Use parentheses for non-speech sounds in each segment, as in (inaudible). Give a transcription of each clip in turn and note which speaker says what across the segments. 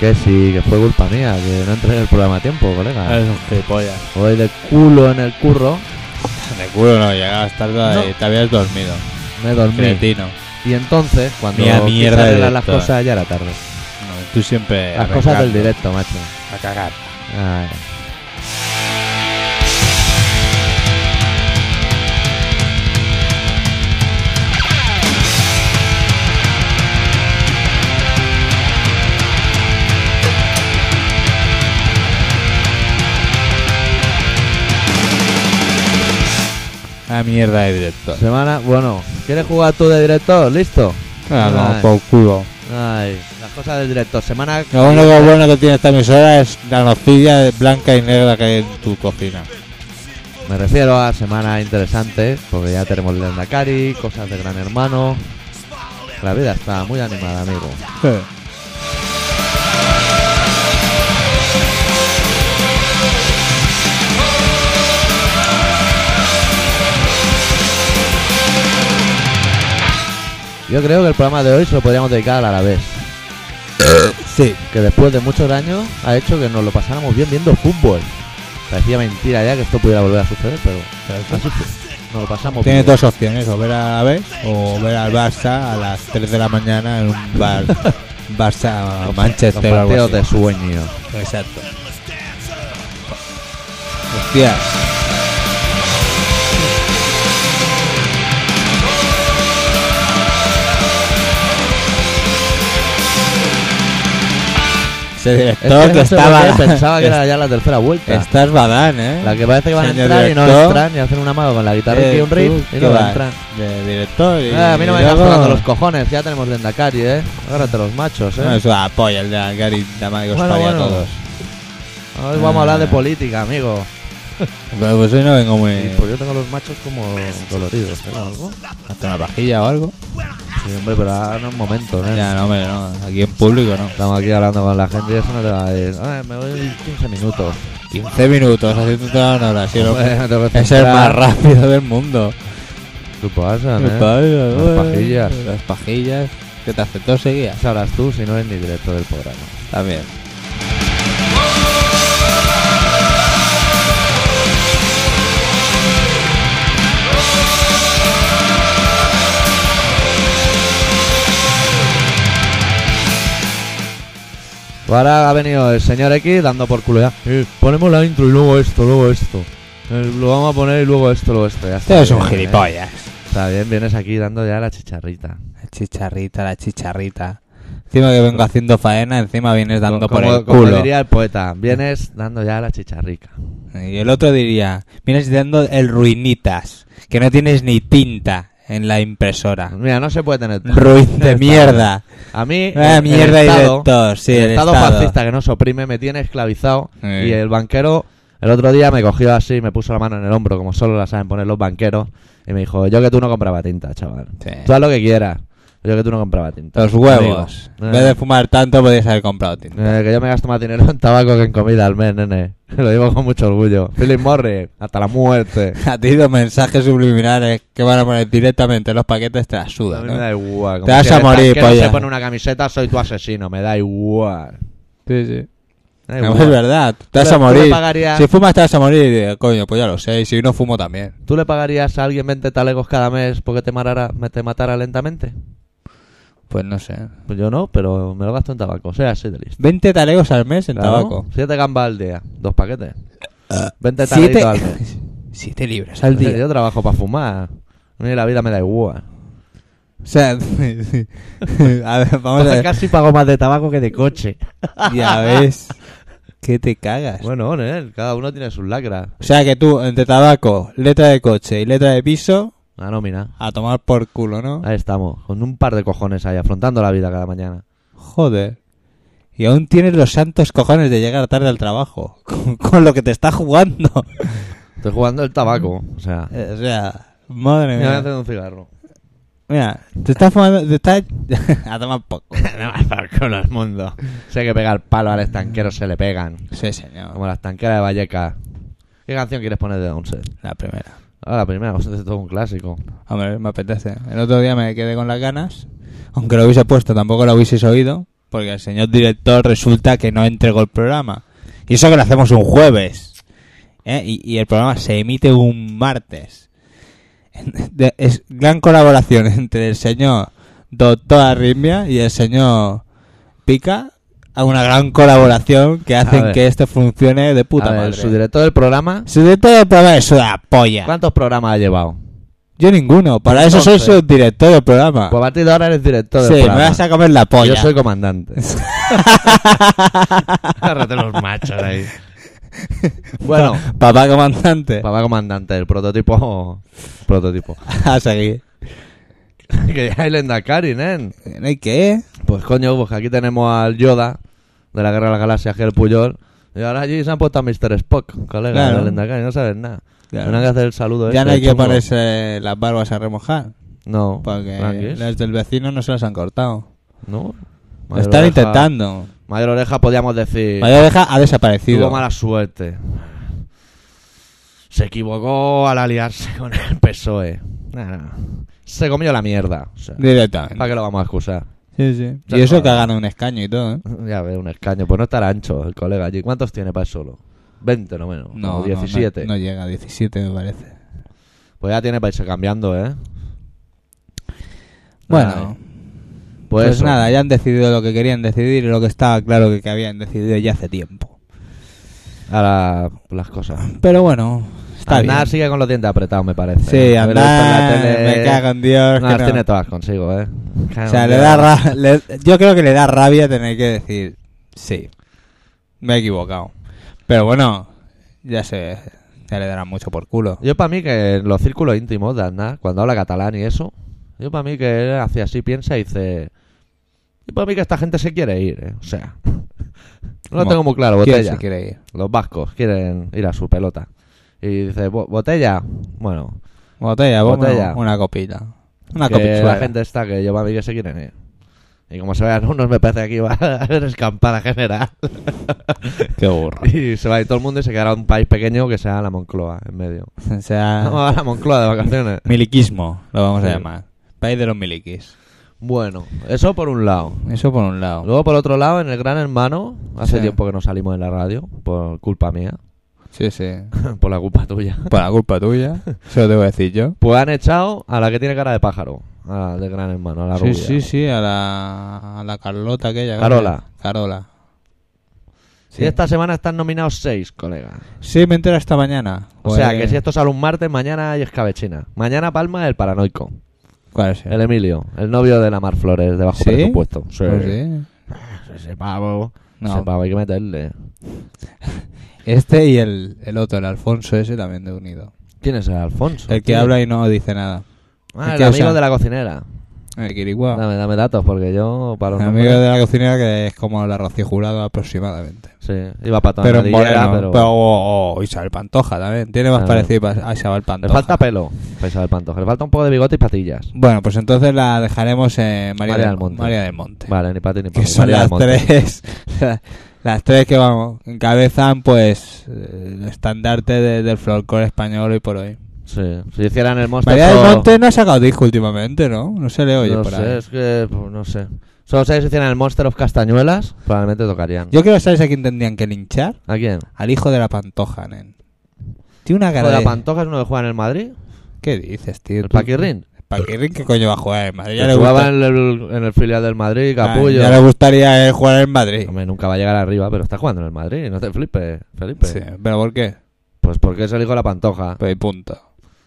Speaker 1: Que sí, que fue culpa mía, que no entré en el programa a tiempo, colega.
Speaker 2: Eres un gilipollas.
Speaker 1: Voy de culo en el curro,
Speaker 2: De culo no, llegabas tarde
Speaker 1: No.
Speaker 2: y te habías dormido.
Speaker 1: me dormí.
Speaker 2: Cretino.
Speaker 1: Y entonces, cuando
Speaker 2: Mía
Speaker 1: quise
Speaker 2: mierda de Eh,
Speaker 1: arreglar las
Speaker 2: director.
Speaker 1: cosas, ya era tarde.
Speaker 2: No, tú siempre.
Speaker 1: Las
Speaker 2: arreglando.
Speaker 1: cosas del directo, macho.
Speaker 2: A cagar.
Speaker 1: Ay.
Speaker 2: Una mierda de director.
Speaker 1: Semana, bueno, ¿quieres jugar tú de director? ¿Listo?
Speaker 2: No, Ah, no,
Speaker 1: Ay.
Speaker 2: por culo.
Speaker 1: Ay, las cosas del director. Semana.
Speaker 2: Lo único bueno que tiene esta emisora es la nocilla blanca y negra que hay en tu cocina.
Speaker 1: Me refiero a semanas interesantes, porque ya tenemos Lendakari, cosas de Gran Hermano. La vida está muy animada, amigo. Yo creo que el programa de hoy se lo podríamos dedicar a la vez.
Speaker 2: Sí.
Speaker 1: que después de muchos años ha hecho que nos lo pasáramos bien viendo fútbol. Parecía mentira ya que esto pudiera volver a suceder, pero así fue. Nos lo pasamos
Speaker 2: Tienes
Speaker 1: bien.
Speaker 2: dos opciones, o ver a la vez o ver al Barça a las 3 de la mañana en un (laughs) bar Barça
Speaker 1: Los
Speaker 2: Manchester o algo
Speaker 1: partidos
Speaker 2: así.
Speaker 1: de sueño.
Speaker 2: Exacto. Hostia. Ese
Speaker 1: Es que
Speaker 2: director (laughs) que
Speaker 1: no sé por
Speaker 2: estaba.
Speaker 1: qué pensaba que era ya la tercera vuelta.
Speaker 2: Estás badán, eh.
Speaker 1: La que parece que van a
Speaker 2: Señor
Speaker 1: entrar y no
Speaker 2: director.
Speaker 1: entran y hacen un amago con la guitarra y
Speaker 2: Eh,
Speaker 1: un riff
Speaker 2: tú,
Speaker 1: y
Speaker 2: ¿qué
Speaker 1: no
Speaker 2: vas?
Speaker 1: entran.
Speaker 2: De director y.
Speaker 1: Ah, a mí no me
Speaker 2: y
Speaker 1: están
Speaker 2: luego-
Speaker 1: tocando los cojones, ya tenemos Lendakari, eh. Agárrate los machos,
Speaker 2: No,
Speaker 1: eh.
Speaker 2: es una polla el de Gary Damari que os
Speaker 1: Bueno,
Speaker 2: paría
Speaker 1: bueno.
Speaker 2: a todos.
Speaker 1: Hoy vamos a hablar de
Speaker 2: Ah.
Speaker 1: política, amigo.
Speaker 2: Pero pues hoy no vengo muy.
Speaker 1: Y pues yo tengo los machos como doloridos, ¿eh? ¿O algo?
Speaker 2: Hasta una pajilla o algo.
Speaker 1: Sí, hombre, pero ahora no es momento, ¿eh?
Speaker 2: Ya, no, hombre, no. Aquí en público no.
Speaker 1: Estamos aquí hablando con la gente y eso no te va a decir. "Ay, me voy 15 (laughs) minutos.
Speaker 2: 15 minutos haciendo toda una hora. si no-
Speaker 1: Hombre, me tengo que
Speaker 2: es el
Speaker 1: centrar.
Speaker 2: más rápido del mundo.
Speaker 1: ¿Qué pasa,
Speaker 2: ¿Qué
Speaker 1: eh?
Speaker 2: pasa,
Speaker 1: Las
Speaker 2: güey?
Speaker 1: pajillas.
Speaker 2: Las pajillas. Que te aceptó seguía.
Speaker 1: Sabrás tú si no es ni director del programa.
Speaker 2: También.
Speaker 1: Pues Ahora ha venido el señor X dando por culo ya. Eh, ponemos la intro y luego esto, luego esto. Eh, lo vamos a poner y luego esto, luego esto. Ya está
Speaker 2: Este es un
Speaker 1: bien, ¿eh?
Speaker 2: gilipollas.
Speaker 1: Está bien, vienes aquí dando ya la chicharrita.
Speaker 2: La chicharrita, la chicharrita. Encima que vengo haciendo faena, encima vienes dando
Speaker 1: como,
Speaker 2: por el
Speaker 1: como
Speaker 2: culo.
Speaker 1: diría el poeta, vienes dando ya la chicharrica.
Speaker 2: Y el otro diría, vienes dando el ruinitas, que no tienes ni tinta en la impresora.
Speaker 1: Mira, no se puede tener todo.
Speaker 2: Ruin de mierda.
Speaker 1: A mí,
Speaker 2: Ah,
Speaker 1: Mm. el-
Speaker 2: mierda
Speaker 1: el
Speaker 2: de
Speaker 1: Estado,
Speaker 2: director, sí,
Speaker 1: el
Speaker 2: el
Speaker 1: estado,
Speaker 2: Estado.
Speaker 1: fascista que nos oprime me tiene esclavizado.
Speaker 2: Eh.
Speaker 1: Y el banquero, el otro día me cogió así, me puso la mano en el hombro, como solo la saben poner los banqueros. Y me dijo, yo que tú no compraba tinta, chaval.
Speaker 2: Sí.
Speaker 1: Tú haz lo que quieras. Yo que tú no compraba tinta.
Speaker 2: Los huevos.
Speaker 1: Amigo.
Speaker 2: En vez de fumar tanto, podías haber comprado tinta.
Speaker 1: Eh, que yo me gasto más dinero en tabaco que en comida al mes, nene. (laughs) Lo digo con mucho orgullo. Philip Morris, hasta la
Speaker 2: (laughs)
Speaker 1: muerte.
Speaker 2: A ti los mensajes subliminales que van a poner directamente en los paquetes te la
Speaker 1: A
Speaker 2: sudan.
Speaker 1: mí me da igual. como
Speaker 2: Te vas
Speaker 1: si
Speaker 2: a
Speaker 1: el
Speaker 2: morir,
Speaker 1: banquero
Speaker 2: polla.
Speaker 1: se pone una camiseta, soy tu asesino. Me da igual.
Speaker 2: Sí, sí.
Speaker 1: Me da igual.
Speaker 2: es verdad. Te vas
Speaker 1: Tú
Speaker 2: a
Speaker 1: le- tú le
Speaker 2: morir.
Speaker 1: pagarías-
Speaker 2: Si fumas, te vas a morir. Y digo, Coño, pues ya lo sé. Y si no fumo, también.
Speaker 1: ¿Tú le pagarías a alguien 20 talegos cada mes porque te matara, me- te matara lentamente?
Speaker 2: Pues no sé.
Speaker 1: Pues yo no, pero me lo gasto en tabaco. Soy así de listo.
Speaker 2: 20 talegos al mes en tabaco. Ah.
Speaker 1: 7 gambas al día. Dos paquetes. 20
Speaker 2: Siete-
Speaker 1: talegos al mes.
Speaker 2: Siete libras (laughs) al día.
Speaker 1: Yo trabajo para fumar. A mí la vida me da igual.
Speaker 2: O sea, (laughs) sí. a ver, vamos a
Speaker 1: (laughs)
Speaker 2: ver.
Speaker 1: Casi pago más de tabaco que de coche.
Speaker 2: (laughs) Ya ves. Que te cagas.
Speaker 1: Bueno, Nel, cada uno tiene sus lacras.
Speaker 2: O sea que tú, entre tabaco, letra de coche y letra de piso,
Speaker 1: La nómina.
Speaker 2: a tomar por culo, ¿no?
Speaker 1: Ahí estamos, con un par de cojones ahí, afrontando la vida cada mañana.
Speaker 2: Joder. Y aún tienes los santos cojones de llegar tarde al trabajo. (laughs) Con, con lo que te está jugando. (laughs)
Speaker 1: Estoy jugando el tabaco, o sea.
Speaker 2: Eh, o sea, madre
Speaker 1: Mira, voy a hacer
Speaker 2: mía.
Speaker 1: un cigarro.
Speaker 2: Mira, te estás fumando. Te estás. (laughs) a tomar poco.
Speaker 1: (laughs) Nada más para con el mundo. Sé que pegar palo al estanquero se le pegan.
Speaker 2: Sí, señor.
Speaker 1: Como la estanquera de Valleca. ¿Qué canción quieres poner de Downset?
Speaker 2: La primera.
Speaker 1: Ah, la primera, hostia, esto es todo un clásico.
Speaker 2: Hombre, me apetece. El otro día me quedé con las ganas. Aunque lo hubiese puesto, tampoco lo hubieseis oído. porque el señor director resulta que no entregó el programa. Y eso que lo hacemos un jueves. ¿eh? Y, y el programa se emite un martes. (laughs) De- es gran colaboración (laughs) entre el señor Doctor Arritmia y el señor Pica. A una gran colaboración que
Speaker 1: A
Speaker 2: hacen
Speaker 1: ver.
Speaker 2: que esto funcione de puta
Speaker 1: A ver,
Speaker 2: madre.
Speaker 1: Su director del programa,
Speaker 2: Su director del programa es una polla.
Speaker 1: ¿cuántos programas ha llevado?
Speaker 2: Yo ninguno. Para eso soy
Speaker 1: Entonces.
Speaker 2: su director del programa.
Speaker 1: Pues a partir de ahora eres director
Speaker 2: sí,
Speaker 1: del
Speaker 2: me
Speaker 1: programa.
Speaker 2: vas a comer la polla.
Speaker 1: Yo soy comandante.
Speaker 3: Agárrate los machos ahí.
Speaker 1: (laughs) Bueno,
Speaker 2: (laughs) Papá comandante. (laughs)
Speaker 1: papá comandante, el prototipo. Prototipo. (laughs)
Speaker 2: A seguir.
Speaker 1: que ya hay Lendakari, nen.
Speaker 2: ¿No hay qué?
Speaker 1: Pues coño, pues aquí tenemos al Yoda de la Guerra de las Galaxias, que es el Puyol. Y ahora allí se han puesto a Mr. Spock, colega
Speaker 2: Claro.
Speaker 1: de Lendakari, no sabes nada.
Speaker 2: Ya,
Speaker 1: Tendrán que hacer el saludo
Speaker 2: ya
Speaker 1: ese,
Speaker 2: no hay que
Speaker 1: chungo.
Speaker 2: ponerse las barbas a remojar.
Speaker 1: No.
Speaker 2: Porque
Speaker 1: tranquis.
Speaker 2: las del vecino no se las han cortado.
Speaker 1: No.
Speaker 2: Lo
Speaker 1: Mayor
Speaker 2: están
Speaker 1: Oreja-
Speaker 2: intentando.
Speaker 1: Mayor Oreja, podíamos decir.
Speaker 2: Mayor Oreja ha desaparecido.
Speaker 1: Tuvo mala suerte. Se equivocó al aliarse (laughs) con el PSOE. E. Nah, nah. Se comió la mierda. O sea, ¿Para
Speaker 2: Directamente.
Speaker 1: qué lo vamos a excusar?
Speaker 2: Sí, sí.
Speaker 1: Ya
Speaker 2: Y eso
Speaker 1: está.
Speaker 2: que ha ganado un escaño y todo, ¿eh?
Speaker 1: (laughs) Ya ve, un escaño. Pues no estará ancho el colega allí. ¿Cuántos tiene para él solo? 20 no menos.
Speaker 2: No,
Speaker 1: o
Speaker 2: no,
Speaker 1: 17.
Speaker 2: No, no llega a 17, me parece.
Speaker 1: Pues ya tiene para irse cambiando, ¿eh?
Speaker 2: Bueno,
Speaker 1: Pues,
Speaker 2: pues,
Speaker 1: eso.
Speaker 2: nada, ya han decidido lo que querían decidir y lo que estaba claro que, que habían decidido ya hace tiempo.
Speaker 1: Ahora pues, las cosas.
Speaker 2: Pero bueno, está
Speaker 1: Aznar
Speaker 2: bien.
Speaker 1: sigue con los dientes apretados, me parece.
Speaker 2: Sí,
Speaker 1: Haberlo visto en la
Speaker 2: andar,
Speaker 1: tele-
Speaker 2: me cago en Dios.
Speaker 1: No,
Speaker 2: que
Speaker 1: las
Speaker 2: no.
Speaker 1: tiene todas consigo, ¿eh?
Speaker 2: O sea, le da ra- le- yo creo que le da rabia tener que decir, sí, me he equivocado. Pero bueno, ya sé, ya le dará mucho por culo.
Speaker 1: Yo para mí que en los círculos íntimos de Aznar, cuando habla catalán y eso, yo para mí que él hace así, piensa y dice... Yo para mí que esta gente se quiere ir, ¿eh? O sea... (laughs) No lo
Speaker 2: Mo-
Speaker 1: tengo muy claro,
Speaker 2: ¿Quién
Speaker 1: Botella.
Speaker 2: se quiere ir?
Speaker 1: Los vascos quieren ir a su pelota. Y dice, "Bo- Botella, bueno...
Speaker 2: Botella, ponme
Speaker 1: Botella.
Speaker 2: una copita. Una
Speaker 1: que
Speaker 2: copichuela.
Speaker 1: la gente está que yo para mí que se quieren ir. Y como se vean unos, me parece que aquí va (laughs) a haber escampada
Speaker 2: (laughs)
Speaker 1: general.
Speaker 2: Qué burro.
Speaker 1: Y se va a ir todo el mundo y se quedará un país pequeño que sea la Moncloa en medio.
Speaker 2: (laughs)
Speaker 1: (laughs)
Speaker 2: o sea,
Speaker 1: Vamos a la Moncloa de vacaciones.
Speaker 2: miliquismo lo vamos a
Speaker 1: Sí.
Speaker 2: llamar. País de los miliquis.
Speaker 1: Bueno, eso por un lado.
Speaker 2: Eso por un lado.
Speaker 1: Luego por otro lado, en el Gran Hermano, hace
Speaker 2: Sí.
Speaker 1: tiempo que no salimos en la radio, por culpa mía, (laughs)
Speaker 2: Sí, sí.
Speaker 1: por la culpa tuya. (laughs)
Speaker 2: Por la culpa (laughs) tuya, se lo debo decir yo.
Speaker 1: Pues han echado a la que tiene cara de pájaro, a la de Gran Hermano, a la
Speaker 2: Sí,
Speaker 1: rubia.
Speaker 2: sí, sí, a la, a la Carlota aquella.
Speaker 1: Carola.
Speaker 2: Carola.
Speaker 1: Y esta semana están nominados seis, colega.
Speaker 2: Sí, me entero esta mañana.
Speaker 1: O sea,
Speaker 2: Joder.
Speaker 1: que si esto sale un martes, mañana hay escabechina. Mañana palma el paranoico.
Speaker 2: ¿Cuál es?
Speaker 1: El Emilio, el novio de la Mar Flores, de bajo
Speaker 2: ¿Sí?
Speaker 1: presupuesto. Sí.
Speaker 2: Pues sí.
Speaker 1: eh, Ese pavo.
Speaker 2: No.
Speaker 1: Ese pavo hay que meterle.
Speaker 2: Este y el, el otro, el Alfonso ese también de Unido.
Speaker 1: ¿Quién es el Alfonso?
Speaker 2: El que
Speaker 1: tío?
Speaker 2: habla y no dice nada.
Speaker 1: Ah,
Speaker 2: el
Speaker 1: el,
Speaker 2: que
Speaker 1: amigo
Speaker 2: usa-
Speaker 1: de la cocinera.
Speaker 2: El Quiriguá.
Speaker 1: Dame, dame datos, porque yo para los
Speaker 2: El amigo
Speaker 1: nombres-
Speaker 2: de la cocinera que es como la Rocío Jurado aproximadamente.
Speaker 1: Sí, iba para
Speaker 2: pero en
Speaker 1: Tonadillera,
Speaker 2: moreno.
Speaker 1: pero-
Speaker 2: Pero, oh, oh, Isabel Pantoja también. Tiene más
Speaker 1: Ah.
Speaker 2: parecido a Isabel
Speaker 1: Le
Speaker 2: Pantoja.
Speaker 1: falta pelo para Isabel Pantoja. Le falta un poco de bigote y patillas.
Speaker 2: Bueno, pues entonces la dejaremos en María,
Speaker 1: María
Speaker 2: del,
Speaker 1: del Monte.
Speaker 2: María del Monte.
Speaker 1: Vale, ni pati ni
Speaker 2: (laughs) que
Speaker 1: pati.
Speaker 2: son
Speaker 1: María del
Speaker 2: las
Speaker 1: Monte.
Speaker 2: tres (laughs) las tres que vamos encabezan pues eh, el estandarte de- del folclore español hoy por hoy
Speaker 1: Sí. Si hicieran el monstruo...
Speaker 2: María del Monte no ha sacado disco últimamente no no se le oye
Speaker 1: no
Speaker 2: por
Speaker 1: sé,
Speaker 2: ahí
Speaker 1: es que... pues, No sé. Solo sé que si hicieran el Monster of Castañuelas, probablemente tocarían.
Speaker 2: yo creo que sabes a quién tendrían que linchar
Speaker 1: ¿A quién?
Speaker 2: al hijo de la Pantoja nen tiene una
Speaker 1: ¿Hijo
Speaker 2: cara
Speaker 1: de la
Speaker 2: de-
Speaker 1: Pantoja es uno que juega en el Madrid?
Speaker 2: qué dices tío
Speaker 1: ¿El
Speaker 2: Tú-
Speaker 1: Paquirrín?
Speaker 2: Paquirrín qué coño va a jugar en Madrid ya
Speaker 1: Que
Speaker 2: le,
Speaker 1: jugaba
Speaker 2: gusta-
Speaker 1: en el, en el filial del Madrid,
Speaker 2: Ah,
Speaker 1: capullo.
Speaker 2: ya le gustaría eh, jugar en Madrid
Speaker 1: Hombre, nunca va a llegar arriba, pero está jugando en el Madrid. No te flipes, Felipe.
Speaker 2: Sí, pero por qué
Speaker 1: Pues porque es el hijo de la Pantoja.
Speaker 2: pues punto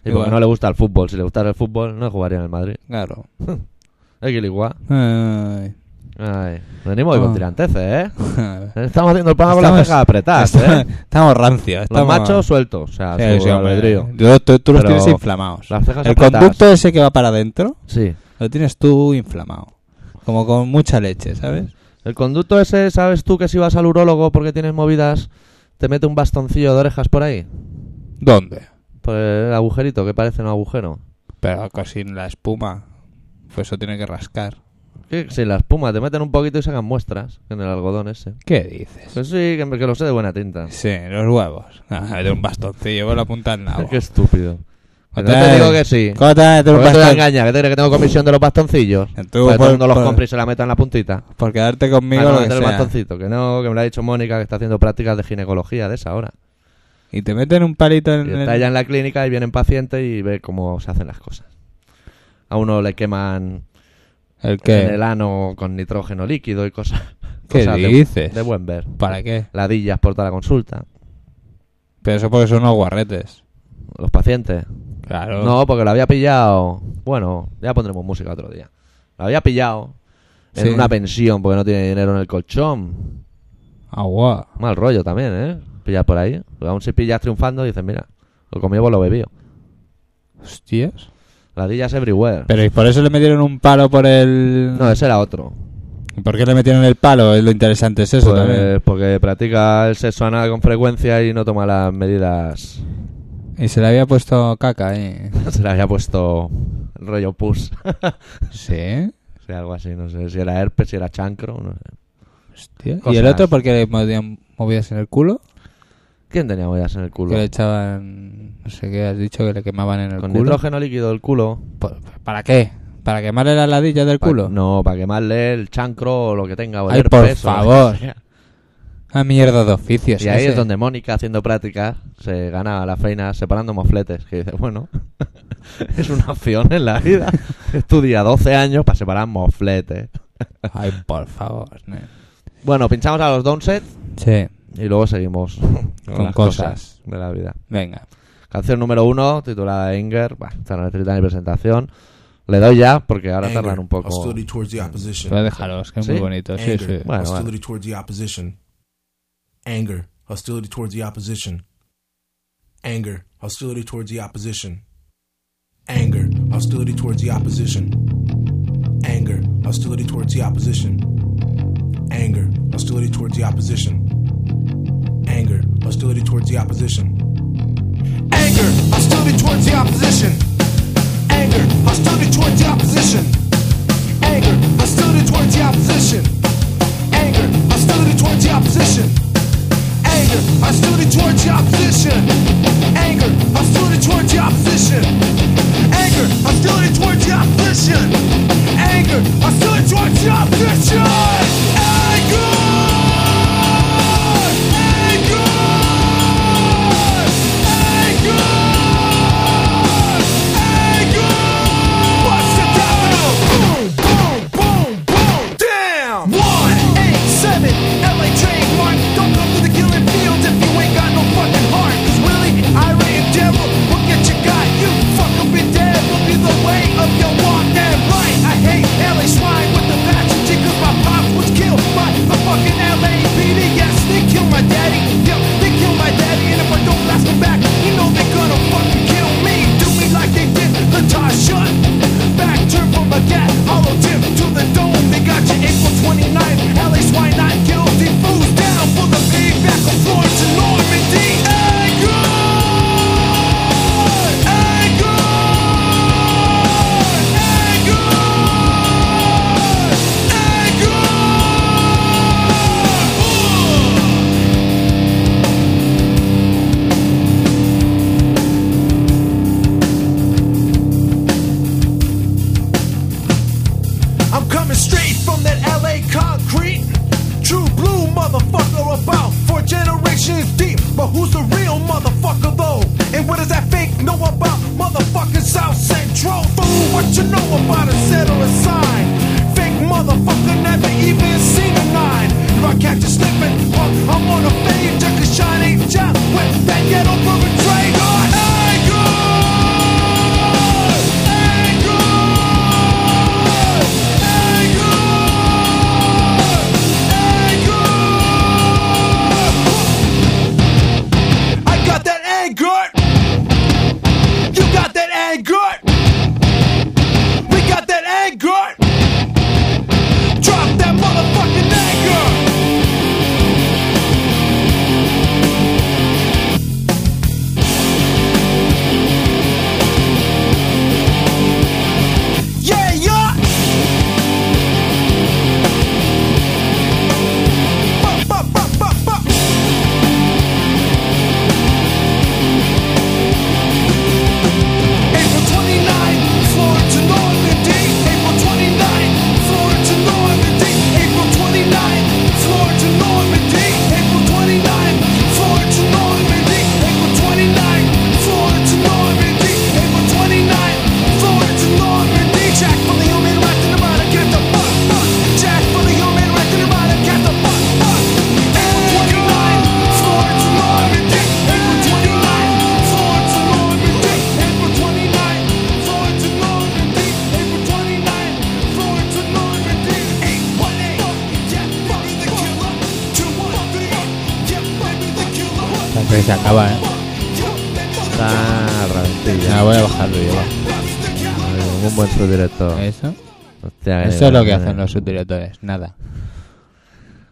Speaker 1: Y porque
Speaker 2: Igual.
Speaker 1: no le gusta el fútbol. Si le gustara el fútbol, no jugaría en el Madrid.
Speaker 2: claro
Speaker 1: Hay que igual.
Speaker 2: Ay.
Speaker 1: Ay, venimos hoy
Speaker 2: Ah.
Speaker 1: con tiranteces, ¿eh? Estamos haciendo el programa con
Speaker 2: Estamos-
Speaker 1: las cejas apretadas,
Speaker 2: (laughs) Estamos-
Speaker 1: ¿eh?
Speaker 2: pues, Estamos rancios.
Speaker 1: Los
Speaker 2: Estamos...
Speaker 1: machos sueltos, o sea,
Speaker 2: Sí,
Speaker 1: su
Speaker 2: sí, hombre.
Speaker 1: albedrío.
Speaker 2: Yo- tú, tú los
Speaker 1: Pero-
Speaker 2: tienes inflamados.
Speaker 1: Las cejas
Speaker 2: El
Speaker 1: apretadas.
Speaker 2: conducto ese que va para adentro
Speaker 1: Sí.
Speaker 2: lo tienes tú inflamado. Como con mucha leche, ¿sabes?
Speaker 1: El conducto ese, ¿sabes tú que si vas al urólogo porque tienes movidas, te mete un bastoncillo de orejas por ahí?
Speaker 2: ¿Dónde?
Speaker 1: Por el agujerito, que parece un agujero.
Speaker 2: Pero casi en la espuma. Pues eso tiene que rascar.
Speaker 1: Que Si la espuma te meten un poquito y sacan muestras en el algodón ese.
Speaker 2: ¿Qué dices?
Speaker 1: Pues sí, que, que lo sé (laughs) de buena tinta.
Speaker 2: (laughs) Sí, los huevos. Ah, de un bastoncillo con la punta del nabo.
Speaker 1: Qué estúpido. Que No te digo que sí.
Speaker 2: Cota, tú
Speaker 1: ¿Por qué te voy a
Speaker 2: pastel.
Speaker 1: engañar? ¿Qué te crees que tengo comisión de los bastoncillos?
Speaker 2: Tú
Speaker 1: Para que todo
Speaker 2: por-
Speaker 1: el mundo los
Speaker 2: por-
Speaker 1: compre y se la meta en la puntita.
Speaker 2: Por quedarte
Speaker 1: Ah,
Speaker 2: conmigo
Speaker 1: no,
Speaker 2: lo que
Speaker 1: meter el
Speaker 2: sea.
Speaker 1: bastoncito. Que no, que me lo ha dicho Mónica, que está haciendo prácticas de ginecología de esa hora.
Speaker 2: Y te meten un palito en
Speaker 1: Y
Speaker 2: el...
Speaker 1: está ella en la clínica y vienen pacientes y ve cómo se hacen las cosas. A uno le queman
Speaker 2: ¿El qué?
Speaker 1: en el ano con nitrógeno líquido y cosas.
Speaker 2: (laughs) ¿Qué
Speaker 1: cosas de-
Speaker 2: dices?
Speaker 1: De, buen ver.
Speaker 2: ¿Para qué?
Speaker 1: Ladillas por toda la consulta.
Speaker 2: Pero eso porque son unos guarretes.
Speaker 1: Los pacientes.
Speaker 2: Claro.
Speaker 1: No, porque lo había pillado. Bueno, ya pondremos música otro día. Lo había pillado en
Speaker 2: Sí.
Speaker 1: una pensión porque no tiene dinero en el colchón.
Speaker 2: Agua.
Speaker 1: Mal rollo también, ¿eh? Pillar por ahí. Porque aún si pillas triunfando, dices, mira, lo comí por lo bebido.
Speaker 2: Hostias.
Speaker 1: Ladillas everywhere.
Speaker 2: Pero ¿y por eso le metieron un palo por el...
Speaker 1: No, ese era otro.
Speaker 2: ¿Y ¿Por qué le metieron el palo? Es lo interesante es eso
Speaker 1: Pues,
Speaker 2: también.
Speaker 1: Porque practica el sexo anal con frecuencia y no toma las medidas. (laughs)
Speaker 2: Y se le había puesto caca ahí.
Speaker 1: Se le había puesto el rollo (laughs) pus.
Speaker 2: ¿Sí?
Speaker 1: O sea, algo así, no sé. Si era herpes, si era chancro, no sé.
Speaker 2: Hostia. ¿Y
Speaker 1: Cosas.
Speaker 2: el otro por qué le movían, movías en el culo?
Speaker 1: ¿Quién tenía huellas en el culo?
Speaker 2: Que le echaban... No sé qué, has dicho que le quemaban en el
Speaker 1: Con
Speaker 2: culo.
Speaker 1: nitrógeno líquido el culo.
Speaker 2: ¿Por- ¿Para qué? ¿Para quemarle la ladilla del
Speaker 1: Pa-
Speaker 2: culo?
Speaker 1: No, para quemarle el chancro o lo que tenga. o el
Speaker 2: Ay, por
Speaker 1: herpes, o lo que
Speaker 2: favor. (laughs)
Speaker 1: sea.
Speaker 2: Ah, mierda de oficios.
Speaker 1: Y ahí
Speaker 2: ese.
Speaker 1: es donde Mónica, haciendo prácticas, se gana la feina separando mofletes. Que dice, bueno, (laughs) es una opción en la
Speaker 2: (laughs)
Speaker 1: vida. Estudia 12 años para separar mofletes.
Speaker 2: Ay, por favor. nen.
Speaker 1: Bueno, pinchamos a los Downset
Speaker 2: Sí,
Speaker 1: y luego seguimos con,
Speaker 2: (laughs) Con
Speaker 1: las
Speaker 2: cosas.
Speaker 1: cosas de la vida.
Speaker 2: venga. pues
Speaker 1: Canción número uno, titulada Inger. Bah, esta no necesita ni presentación. Le doy ya, porque ahora
Speaker 4: Anger,
Speaker 1: tardan un poco.
Speaker 4: Hostility towards the opposition.
Speaker 2: Pero déjalos, que es
Speaker 1: ¿Sí?
Speaker 2: muy bonito. Sí,
Speaker 4: Anger,
Speaker 2: sí.
Speaker 1: Bueno, vale.
Speaker 4: hostility towards the opposition. Anger, hostility towards the opposition. Anger, hostility towards the opposition. Anger, hostility towards the opposition. Anger, hostility towards the opposition. Anger, hostility towards the opposition. Anger, hostility towards the opposition. Anger, hostility towards the opposition. Anger, hostility towards the opposition. Anger, hostility towards the opposition. Anger, hostility towards the opposition. Anger, hostility towards the opposition. Anger, hostility towards the opposition. Anger, hostility towards the opposition. Anger, hostility towards the opposition. Anger, anger, anger, anger. What's the capital? Boom, boom, boom, boom. Damn. One, eight, seven. LA train one. Don't come to the killing fields if you ain't got no fucking heart. Cause really, irate and devil, look at your guy. You fuck up and dead will be the way of your walk and right. I hate LA swine with the passion cause my pops was killed by the fucking LAPD. Yes, they killed my daddy. Yep, they killed my daddy. And if I don't blast them back, you know they're gonna fucking kill me. Do me like they did Latasha. Back turn from a gat, hollow tip to the dome. They got you April 29th. LA swine not guilty. Fools down for the payback of Florence and Normandy. Anger! Anger! Anger! I'm coming straight from that LA concrete. True blue motherfucker about four generations deep. But who's the real motherfucker though? And what does that fake know about motherfucking South Central? Fool, what you know about a set or a sign? Fake motherfucker never even seen a nine. If I catch you slipping, fuck, I'm on a fade. Jack a shiny job with that ghetto perpetrator. Anger! Anger! I got that anger. You got that anger. We got that anger. Drop that motherfucking anger.
Speaker 2: se acaba, ¿eh?
Speaker 1: Está ralentilla.
Speaker 2: Ya voy a bajarlo yo. va.
Speaker 1: Un buen subdirector.
Speaker 2: ¿Eso?
Speaker 1: Hostia, eh, qué
Speaker 2: Eso es lo que
Speaker 1: grande.
Speaker 2: hacen los subdirectores, nada.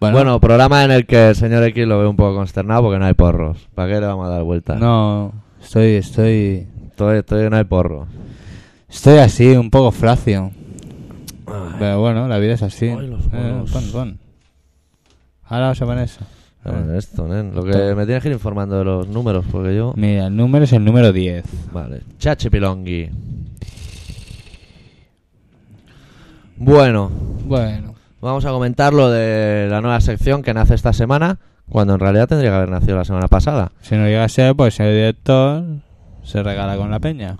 Speaker 1: Bueno, programa en el que el señor X lo ve un poco consternado porque no hay porros. ¿Para qué le vamos a dar vueltas?
Speaker 2: no, estoy, estoy,
Speaker 1: Estoy, estoy- no hay porros.
Speaker 2: Ah. estoy así, un poco flacio. Pero bueno, la vida es así.
Speaker 1: Ay, los
Speaker 2: Eh,
Speaker 1: huevos.
Speaker 2: pon, pon. Ahora vamos a poner eso.
Speaker 1: A ver, esto, nen. Lo que me tienes que ir informando de los números, porque yo.
Speaker 2: Mira, el número es el número 10.
Speaker 1: Vale. Chachi Pilongui. Bueno,
Speaker 2: Bueno,
Speaker 1: vamos a comentar lo de la nueva sección que nace esta semana, cuando en realidad tendría que haber nacido la semana pasada.
Speaker 2: si no llega a ser, pues el director se regala con la peña.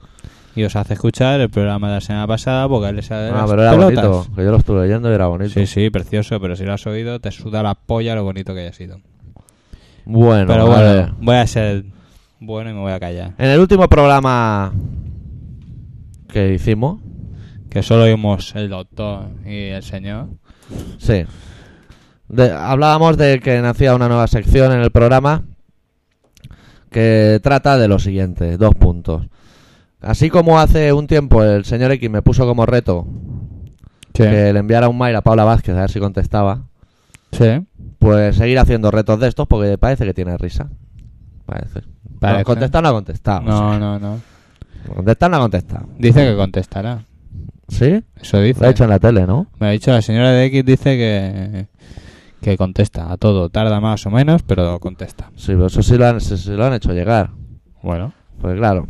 Speaker 2: Y os hace escuchar el programa de la semana pasada porque él les ha de
Speaker 1: Ah,
Speaker 2: las
Speaker 1: pero era
Speaker 2: Eh, pelotas.
Speaker 1: bonito, que yo lo estuve leyendo y era bonito.
Speaker 2: Sí, sí, precioso, pero si lo has oído, te suda la polla lo bonito que haya sido.
Speaker 1: Bueno,
Speaker 2: pero
Speaker 1: a
Speaker 2: bueno,
Speaker 1: ver.
Speaker 2: voy a ser bueno y me voy a callar.
Speaker 1: En el último programa que hicimos,
Speaker 2: Que solo oímos el doctor y el señor.
Speaker 1: sí, de- hablábamos de que nacía una nueva sección en el programa que trata de lo siguiente, dos puntos. Así como hace un tiempo el señor X me puso como reto que le enviara un mail a Paula Vázquez a ver si contestaba,
Speaker 2: sí.
Speaker 1: pues seguir haciendo retos de estos porque parece que tiene risa. Parece. No,
Speaker 2: Parece.
Speaker 1: contestar no ha contestado. o
Speaker 2: No, no, no.
Speaker 1: sea, contestar no ha contestado.
Speaker 2: Dice que contestará.
Speaker 1: ¿Sí?
Speaker 2: Eso dice.
Speaker 1: Lo ha hecho en la tele, ¿no?
Speaker 2: Me ha dicho la señora de X, dice que, que contesta a todo. Tarda más o menos, pero contesta.
Speaker 1: Sí, pero eso sí lo han, sí- sí lo han hecho llegar.
Speaker 2: Bueno.
Speaker 1: Pues claro.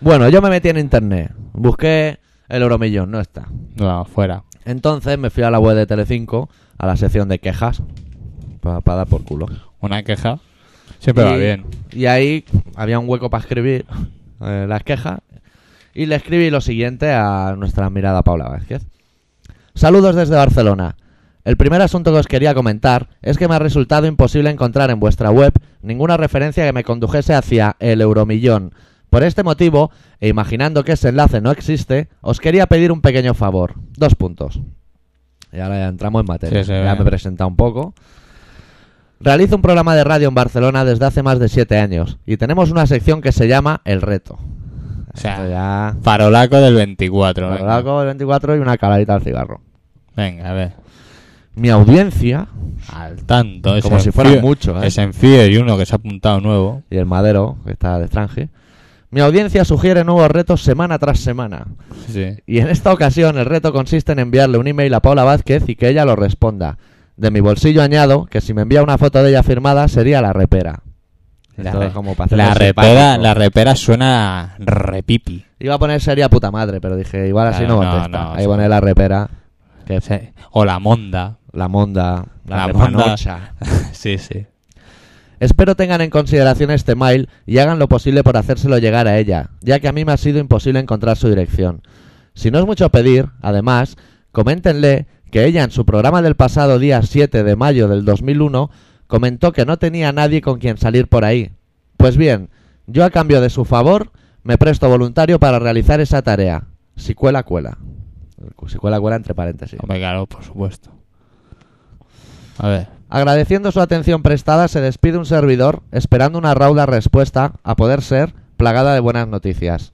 Speaker 1: Bueno, yo me metí en internet. Busqué el Euromillón, no está.
Speaker 2: No, fuera.
Speaker 1: Entonces me fui a la web de Telecinco, a la sección de quejas, para dar por culo.
Speaker 2: Una queja. Siempre va
Speaker 1: Y-
Speaker 2: bien.
Speaker 1: Y ahí había un hueco para escribir eh, las quejas. Y le escribí lo siguiente a nuestra mirada Paula Vázquez. Saludos desde Barcelona. El primer asunto que os quería comentar es que me ha resultado imposible encontrar en vuestra web ninguna referencia que me condujese hacia el euromillón. Por este motivo, e imaginando que ese enlace no existe, os quería pedir un pequeño favor. Dos puntos. Y ahora ya entramos en materia.
Speaker 2: Sí, sí,
Speaker 1: ya
Speaker 2: bien.
Speaker 1: me he presentado un poco. Realizo un programa de radio en Barcelona desde hace más de siete años y tenemos una sección que se llama El Reto.
Speaker 2: O sea,
Speaker 1: Esto ya...
Speaker 2: Farolaco del 24. venga.
Speaker 1: Tabaco, el 24 y una caladita al cigarro.
Speaker 2: Venga, a ver.
Speaker 1: Mi audiencia
Speaker 2: Al tanto. ese
Speaker 1: Como si fuera
Speaker 2: enfío-
Speaker 1: mucho, ¿eh?
Speaker 2: Ese enfío y uno que se ha apuntado nuevo.
Speaker 1: y el madero, que está de extranje, mi audiencia sugiere nuevos retos semana tras semana.
Speaker 2: Sí.
Speaker 1: Y en esta ocasión el reto consiste en enviarle un email a Paula Vázquez y que ella lo responda. De mi bolsillo añado que si me envía una foto de ella firmada sería la repera.
Speaker 2: La,
Speaker 1: Esto
Speaker 2: re-
Speaker 1: es como para hacerlo
Speaker 2: la repera,
Speaker 1: simpático.
Speaker 2: la repera suena a repipi.
Speaker 1: Iba a poner sería puta madre, pero dije, igual así
Speaker 2: Claro,
Speaker 1: no
Speaker 2: no,
Speaker 1: contesta.
Speaker 2: no,
Speaker 1: Ahí
Speaker 2: sí.
Speaker 1: pone la repera, que
Speaker 2: Sí. eh, O
Speaker 1: (laughs)
Speaker 2: la monda.
Speaker 1: la monda, la,
Speaker 2: La
Speaker 1: repanocha.
Speaker 2: sí, sí.
Speaker 1: Espero tengan en consideración este mail y hagan lo posible por hacérselo llegar a ella, ya que a mí me ha sido imposible encontrar su dirección. Si no es mucho pedir, además, coméntenle que ella en su programa del pasado día 7 de mayo del 2001 comentó que no tenía nadie con quien salir por ahí. Pues bien, yo a cambio de su favor me presto voluntario para realizar esa tarea. Si cuela, cuela. Si cuela, cuela entre paréntesis.
Speaker 2: Hombre, claro, por supuesto. A ver.
Speaker 1: Agradeciendo su atención prestada, se despide un servidor esperando una rauda respuesta, a poder ser, plagada de buenas noticias.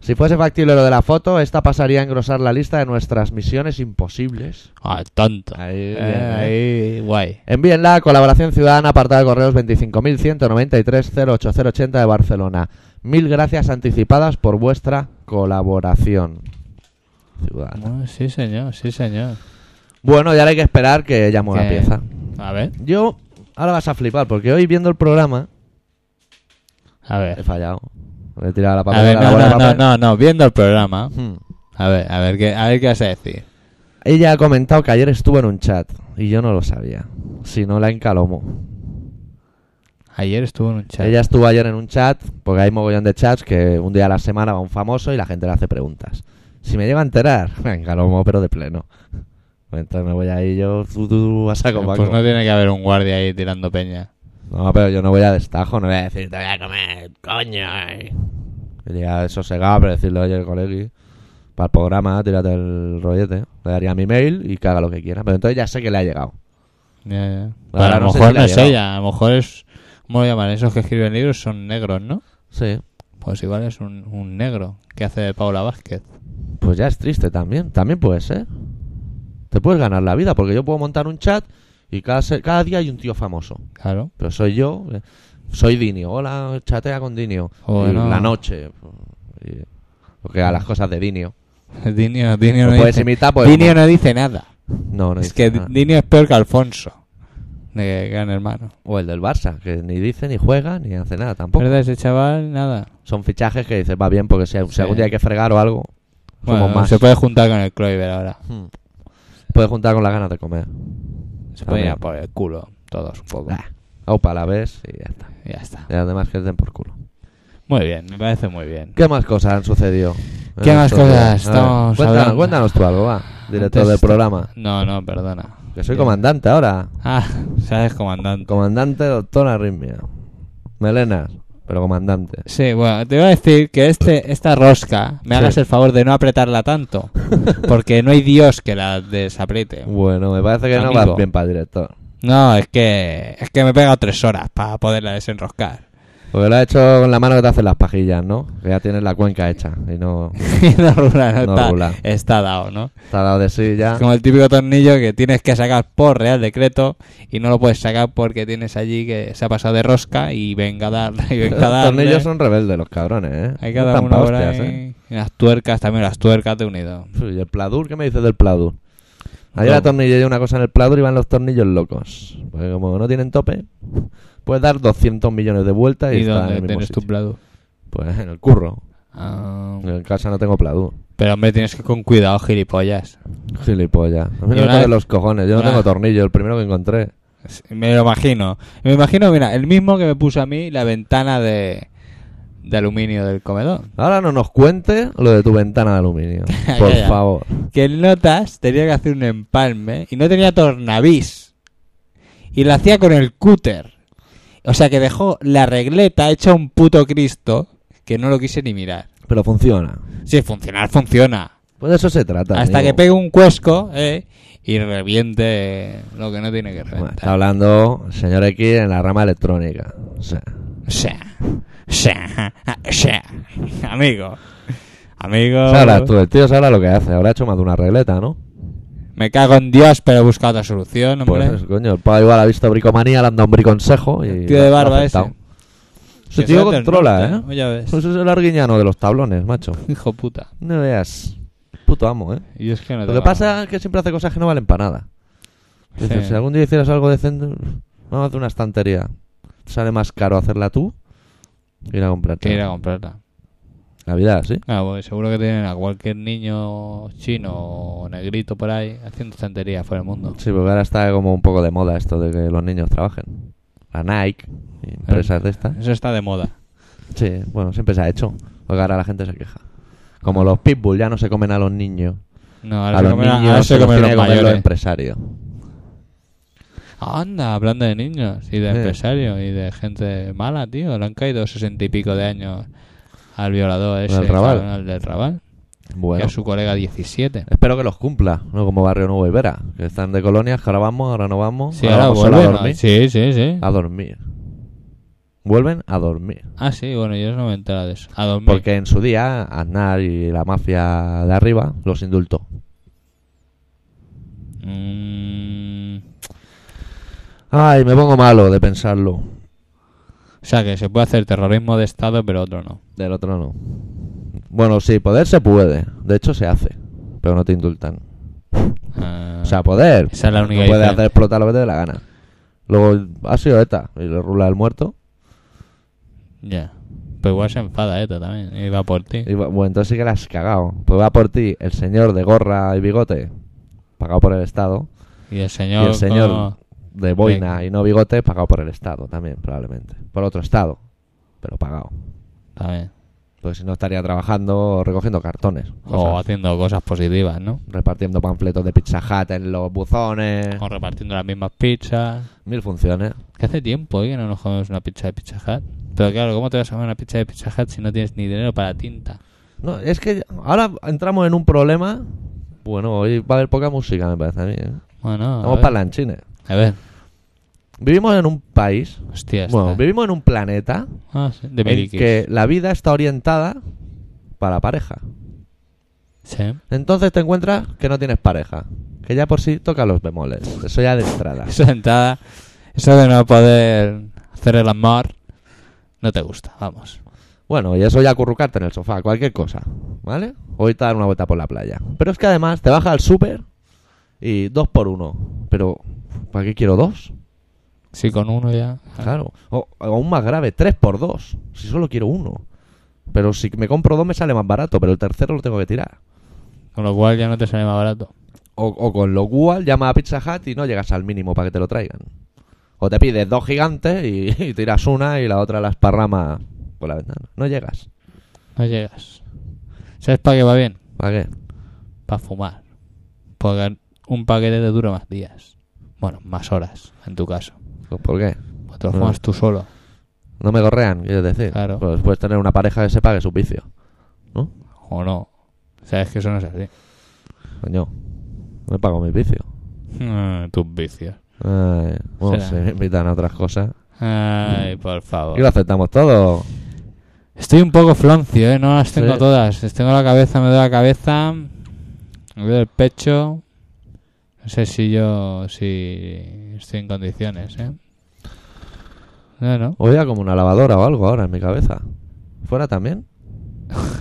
Speaker 1: Si fuese factible lo de la foto, esta pasaría a engrosar la lista de nuestras misiones imposibles.
Speaker 2: Al tanto.
Speaker 1: Ahí,
Speaker 2: Eh,
Speaker 1: bien,
Speaker 2: ahí, guay.
Speaker 1: Envíenla a Colaboración Ciudadana, apartado de correos 25.193.08080 de Barcelona. Mil gracias anticipadas por vuestra colaboración. Ciudadana.
Speaker 2: Bueno, sí, señor, sí, señor.
Speaker 1: Bueno, ya ahora hay que esperar que ella mueva
Speaker 2: Que-
Speaker 1: pieza.
Speaker 2: A ver,
Speaker 1: Yo, ahora vas a flipar, porque hoy viendo el programa...
Speaker 2: a
Speaker 1: He
Speaker 2: ver.
Speaker 1: fallado. Le he tirado la
Speaker 2: A
Speaker 1: papelera. la
Speaker 2: ver, no,
Speaker 1: bola de
Speaker 2: no, no,
Speaker 1: papel.
Speaker 2: no, no, viendo el programa.
Speaker 1: Hmm.
Speaker 2: A ver, a ver qué, a ver qué vas a decir.
Speaker 1: Ella ha comentado que ayer estuvo en un chat y yo no lo sabía. Si no, la encalomo.
Speaker 2: Ayer estuvo en un chat.
Speaker 1: Ella estuvo ayer en un chat, porque hay mogollón de chats que un día a la semana va un famoso y la gente le hace preguntas. Si me llega a enterar, (laughs) la encalomo, pero de pleno. Entonces me voy ahí yo, tú, tú, a saco,
Speaker 2: pues
Speaker 1: Paco.
Speaker 2: no tiene que haber un guardia ahí tirando peña.
Speaker 1: No, pero yo no voy a destajo, no voy a decir, te voy a
Speaker 3: comer, coño. eh.
Speaker 1: Iría sosegado para decirle, oye, colegui, para el programa, tírate el rollete. Le daría mi mail y que haga lo que quiera. Pero entonces ya sé que le ha llegado.
Speaker 2: Ya, ya.
Speaker 1: Ahora
Speaker 2: Pero a lo
Speaker 1: no sé
Speaker 2: mejor
Speaker 1: si le
Speaker 2: no
Speaker 1: ha
Speaker 2: es
Speaker 1: llegado.
Speaker 2: ella, a lo mejor es ¿Cómo lo llaman? Esos que escriben libros son negros, ¿no?
Speaker 1: Sí.
Speaker 2: Pues igual es un, un negro que hace de Paula Vázquez.
Speaker 1: Pues ya es triste también. También puede ser. Te puedes ganar la vida porque yo puedo montar un chat y cada, se- cada día hay un tío famoso.
Speaker 2: Claro.
Speaker 1: Pero soy yo, eh, soy Dinio. Hola, chatea con Dinio.
Speaker 2: Joder,
Speaker 1: Y
Speaker 2: no.
Speaker 1: La noche. y- Porque a las cosas de Dinio.
Speaker 2: Dinio, Dinio
Speaker 1: Lo
Speaker 2: no
Speaker 1: puedes
Speaker 2: dice-
Speaker 1: imitar, pues.
Speaker 2: Dinio no dice nada.
Speaker 1: No, no
Speaker 2: es
Speaker 1: dice
Speaker 2: que
Speaker 1: nada.
Speaker 2: Dinio es peor que Alfonso. De Gran Hermano.
Speaker 1: O el del Barça, que ni dice, ni juega, ni hace nada tampoco.
Speaker 2: ¿Verdad? Ese chaval, nada.
Speaker 1: Son fichajes que dices, va bien, porque si, si
Speaker 2: Sí.
Speaker 1: algún día hay que fregar o algo,
Speaker 2: Bueno,
Speaker 1: somos más.
Speaker 2: se puede juntar con el Cloiver ahora.
Speaker 1: Hmm. Puedes juntar con las ganas de comer.
Speaker 2: Se puede ir a
Speaker 1: También.
Speaker 2: por el culo. Todos un poco.
Speaker 1: Ah, Opa, la ves y ya está.
Speaker 2: Ya está.
Speaker 1: Y las demás que les den por culo.
Speaker 2: Muy bien, me parece muy bien.
Speaker 1: ¿Qué más cosas han sucedido? en
Speaker 2: ¿Qué más
Speaker 1: estos
Speaker 2: cosas?
Speaker 1: días? A ver,
Speaker 2: Estamos
Speaker 1: cuéntanos,
Speaker 2: hablando.
Speaker 1: cuéntanos tú algo, va. Director
Speaker 2: Antes
Speaker 1: del
Speaker 2: está-
Speaker 1: programa.
Speaker 2: No, no, perdona.
Speaker 1: Que soy comandante ahora.
Speaker 2: Ah, (laughs) sabes, comandante.
Speaker 1: Comandante doctor Arritmia. Melenas, pero comandante.
Speaker 2: Sí, bueno, te iba a decir que este, esta rosca, me
Speaker 1: Sí.
Speaker 2: hagas el favor de no
Speaker 1: (laughs)
Speaker 2: apretarla tanto, porque no hay Dios que la desapriete.
Speaker 1: Bueno, me parece que no
Speaker 2: Amigo.
Speaker 1: vas bien para director.
Speaker 2: No, es que, es que me he pegado tres horas para poderla desenroscar. (laughs)
Speaker 1: Porque lo ha hecho con la mano que te hacen las pajillas, ¿no? Que ya tienes la cuenca hecha y no
Speaker 2: Y no rula, no
Speaker 1: No
Speaker 2: está,
Speaker 1: rula. Ah.
Speaker 2: está dado, ¿no?
Speaker 1: está dado de sí ya.
Speaker 2: Es como el típico tornillo que tienes que sacar por Real Decreto y no lo puedes sacar porque tienes allí que se ha pasado de rosca y venga a darle, (laughs) y
Speaker 1: Los
Speaker 2: venga a darle.
Speaker 1: tornillos son rebeldes los cabrones, ¿eh?
Speaker 2: Hay que
Speaker 1: No
Speaker 2: dar
Speaker 1: están
Speaker 2: una
Speaker 1: pa'
Speaker 2: hora
Speaker 1: hostias, ¿eh?
Speaker 2: ahí. Y las tuercas, también las tuercas de unido.
Speaker 1: Uf, ¿Y el pladur? ¿Qué me dices del pladur? Ayer
Speaker 2: No.
Speaker 1: atornillé una cosa en el pladur y van los tornillos locos. Porque como no tienen tope, puedes dar 200 millones de vueltas y,
Speaker 2: ¿Y
Speaker 1: está en el
Speaker 2: dónde
Speaker 1: mismo
Speaker 2: tienes tu
Speaker 1: sitio.
Speaker 2: plato?
Speaker 1: Pues en el curro.
Speaker 2: Ah.
Speaker 1: En casa no tengo pladur.
Speaker 2: Pero hombre, tienes que ir con cuidado, gilipollas.
Speaker 1: Gilipollas. A mí no
Speaker 2: Y
Speaker 1: me
Speaker 2: una
Speaker 1: toques
Speaker 2: vez- Ah.
Speaker 1: los cojones. Yo no
Speaker 2: una-
Speaker 1: tengo tornillo, el primero que encontré.
Speaker 2: Sí, Me lo imagino. Me imagino, mira, el mismo que me puso a mí la ventana de, de aluminio del comedor.
Speaker 1: Ahora no nos cuentes lo de tu ventana de aluminio.
Speaker 2: (laughs) Ya,
Speaker 1: por
Speaker 2: ya.
Speaker 1: favor.
Speaker 2: Que el Notas tenía que hacer un empalme y no tenía tornavís. Y lo hacía con el cúter. O sea que dejó la regleta hecha un puto Cristo que no lo quise ni mirar.
Speaker 1: Pero funciona.
Speaker 2: Si funcionar, funciona.
Speaker 1: Pues de eso se trata.
Speaker 2: Hasta
Speaker 1: amigo.
Speaker 2: que pegue un cuesco eh, y reviente lo que no tiene que
Speaker 1: Bueno,
Speaker 2: reventar.
Speaker 1: está hablando el señor X en la rama electrónica. O sea,
Speaker 2: O sea, o sea, o sea, amigo, amigo.
Speaker 1: sabrás tú, el tío sabrá lo que hace. Habrá hecho más de una regleta, ¿no?
Speaker 2: Me cago en Dios, pero he buscado otra solución, hombre.
Speaker 1: Pues, coño, el pavo igual ha visto bricomanía, le han dado un briconsejo. Y
Speaker 2: Tío de
Speaker 1: lo ha
Speaker 2: barba
Speaker 1: aceptado.
Speaker 2: ese.
Speaker 1: Ese
Speaker 2: Que
Speaker 1: tío
Speaker 2: son del
Speaker 1: controla,
Speaker 2: norte,
Speaker 1: ¿eh?
Speaker 2: Ya ves.
Speaker 1: Pues es el arguiñano de los tablones, macho.
Speaker 2: Hijo puta.
Speaker 1: No veas. Puto amo, ¿eh?
Speaker 2: Y es que no
Speaker 1: Lo
Speaker 2: tengo
Speaker 1: que pasa es que siempre hace cosas que no valen para nada. Dices,
Speaker 2: Sí.
Speaker 1: si algún día hicieras algo decente, vamos a hacer una estantería. Te Sale más caro hacerla tú que ir a comprarte.
Speaker 2: que ir a comprarla.
Speaker 1: La vida, ¿sí?
Speaker 2: Ah, pues seguro que tienen a cualquier niño chino o negrito por ahí haciendo estanterías por el mundo.
Speaker 1: Sí, porque ahora está como un poco de moda esto de que los niños trabajen. La Nike, y empresas de estas.
Speaker 2: Eso está de moda.
Speaker 1: Sí, bueno, siempre se ha hecho. Porque ahora la gente se queja. Como los pitbull ya no se comen a los niños.
Speaker 2: No,
Speaker 1: A
Speaker 2: ahora se
Speaker 1: los
Speaker 2: comen,
Speaker 1: niños
Speaker 2: ahora
Speaker 1: se
Speaker 2: se
Speaker 1: los
Speaker 2: comen
Speaker 1: tiene
Speaker 2: los
Speaker 1: que comer los
Speaker 2: mayores.
Speaker 1: empresarios.
Speaker 2: Anda, hablando de niños y de
Speaker 1: Sí.
Speaker 2: empresarios y de gente mala, tío. Le han caído sesenta y pico de años al violador ese,
Speaker 1: Del Raval.
Speaker 2: cabrón, al del Raval.
Speaker 1: Bueno,
Speaker 2: Que a su colega 17.
Speaker 1: espero que los cumpla. No como Barrio Nuevo Ibera. Que están de colonias, que ahora vamos, ahora no vamos.
Speaker 2: Sí, ahora
Speaker 1: vamos solo pues a
Speaker 2: vuelven.
Speaker 1: dormir. Ah.
Speaker 2: Sí, sí, sí.
Speaker 1: A dormir. Vuelven a dormir.
Speaker 2: Ah, sí, bueno, yo no me he enterado de eso. A dormir.
Speaker 1: Porque en su día Aznar y la mafia de arriba los indultó.
Speaker 2: Mm,
Speaker 1: Ay, me pongo malo de pensarlo.
Speaker 2: o sea, que se puede hacer terrorismo de Estado, pero otro no.
Speaker 1: Del otro no. Bueno, sí, poder se puede. De hecho, se hace. Pero no te indultan.
Speaker 2: Ah,
Speaker 1: O sea, poder.
Speaker 2: esa es la única
Speaker 1: No puedes
Speaker 2: diferencia.
Speaker 1: hacer explotar lo que te dé la gana. Luego ha sido ETA y le rula el muerto.
Speaker 2: Ya. Pero igual se enfada ETA también. Y va por ti.
Speaker 1: Y bu- bueno, entonces sí que la has cagado. Pues va por ti el señor de gorra y bigote, pagado por el Estado.
Speaker 2: Y el señor.
Speaker 1: y el señor
Speaker 2: como-
Speaker 1: de boina y no bigote, pagado por el Estado también, probablemente. Por otro Estado, pero pagado.
Speaker 2: También.
Speaker 1: Porque si no estaría trabajando o recogiendo cartones.
Speaker 2: O
Speaker 1: cosas.
Speaker 2: haciendo cosas positivas, ¿no?
Speaker 1: Repartiendo panfletos de Pizza Hut en los buzones.
Speaker 2: O repartiendo las mismas pizzas.
Speaker 1: Mil funciones.
Speaker 2: Que hace tiempo ¿eh? que no nos comemos una pizza de Pizza Hut. Pero claro, ¿cómo te vas a comer una pizza de Pizza Hut si no tienes ni dinero para tinta?
Speaker 1: No, es que ahora entramos en un problema. Bueno, hoy va a haber poca música, me parece a mí. ¿eh?
Speaker 2: Bueno, a
Speaker 1: Vamos
Speaker 2: ver.
Speaker 1: para lanchines.
Speaker 2: A ver.
Speaker 1: Vivimos en un país,
Speaker 2: Hostia,
Speaker 1: bueno,
Speaker 2: está.
Speaker 1: vivimos en un planeta
Speaker 2: Ah, sí, de
Speaker 1: en
Speaker 2: Miliquis.
Speaker 1: que la vida está orientada para pareja.
Speaker 2: Sí.
Speaker 1: Entonces te encuentras que no tienes pareja, que ya por sí toca los bemoles. Eso ya de entrada.
Speaker 2: Esa entrada, eso de no poder hacer el amor, no te gusta, vamos.
Speaker 1: Bueno, y eso ya acurrucarte en el sofá, cualquier cosa, ¿vale? O irte a dar una vuelta por la playa. Pero es que además te baja al súper y dos por uno. Pero, ¿para qué quiero dos?
Speaker 2: Sí, con uno ya.
Speaker 1: Claro. O o aún más grave, tres por dos. Si solo quiero uno. Pero si me compro dos me sale más barato, pero el tercero lo tengo que tirar.
Speaker 2: Con lo cual ya no te sale más barato.
Speaker 1: O, o con lo cual llama a Pizza Hut y no llegas al mínimo para que te lo traigan. O te pides dos gigantes y, y tiras una y la otra la esparrama por la ventana. No llegas.
Speaker 2: No llegas. ¿Sabes para qué va bien?
Speaker 1: ¿Para qué?
Speaker 2: Para fumar. Porque un paquete te dura más días. Bueno, más horas, en tu caso.
Speaker 1: Pues, ¿Por qué?
Speaker 2: Porque te lo
Speaker 1: Ah.
Speaker 2: fumas tú solo.
Speaker 1: No me correan, quieres decir.
Speaker 2: Claro.
Speaker 1: Pues puedes tener una pareja que se pague su vicio.
Speaker 2: O no. Sabes que eso no es así.
Speaker 1: Coño, me pago mis vicios.
Speaker 2: Mm, Tus vicios.
Speaker 1: Ay, bueno,
Speaker 2: Será.
Speaker 1: si me invitan a otras cosas.
Speaker 2: Ay, por favor.
Speaker 1: Y lo aceptamos todo.
Speaker 2: Estoy un poco floncio, ¿eh? No las tengo
Speaker 1: Sí.
Speaker 2: todas. Les tengo la cabeza, me duele la cabeza. Me duele el pecho. No sé si yo... Si estoy en condiciones, ¿eh? No, no. (laughs)
Speaker 1: Oía como una lavadora o algo ahora en mi cabeza. ¿Fuera también?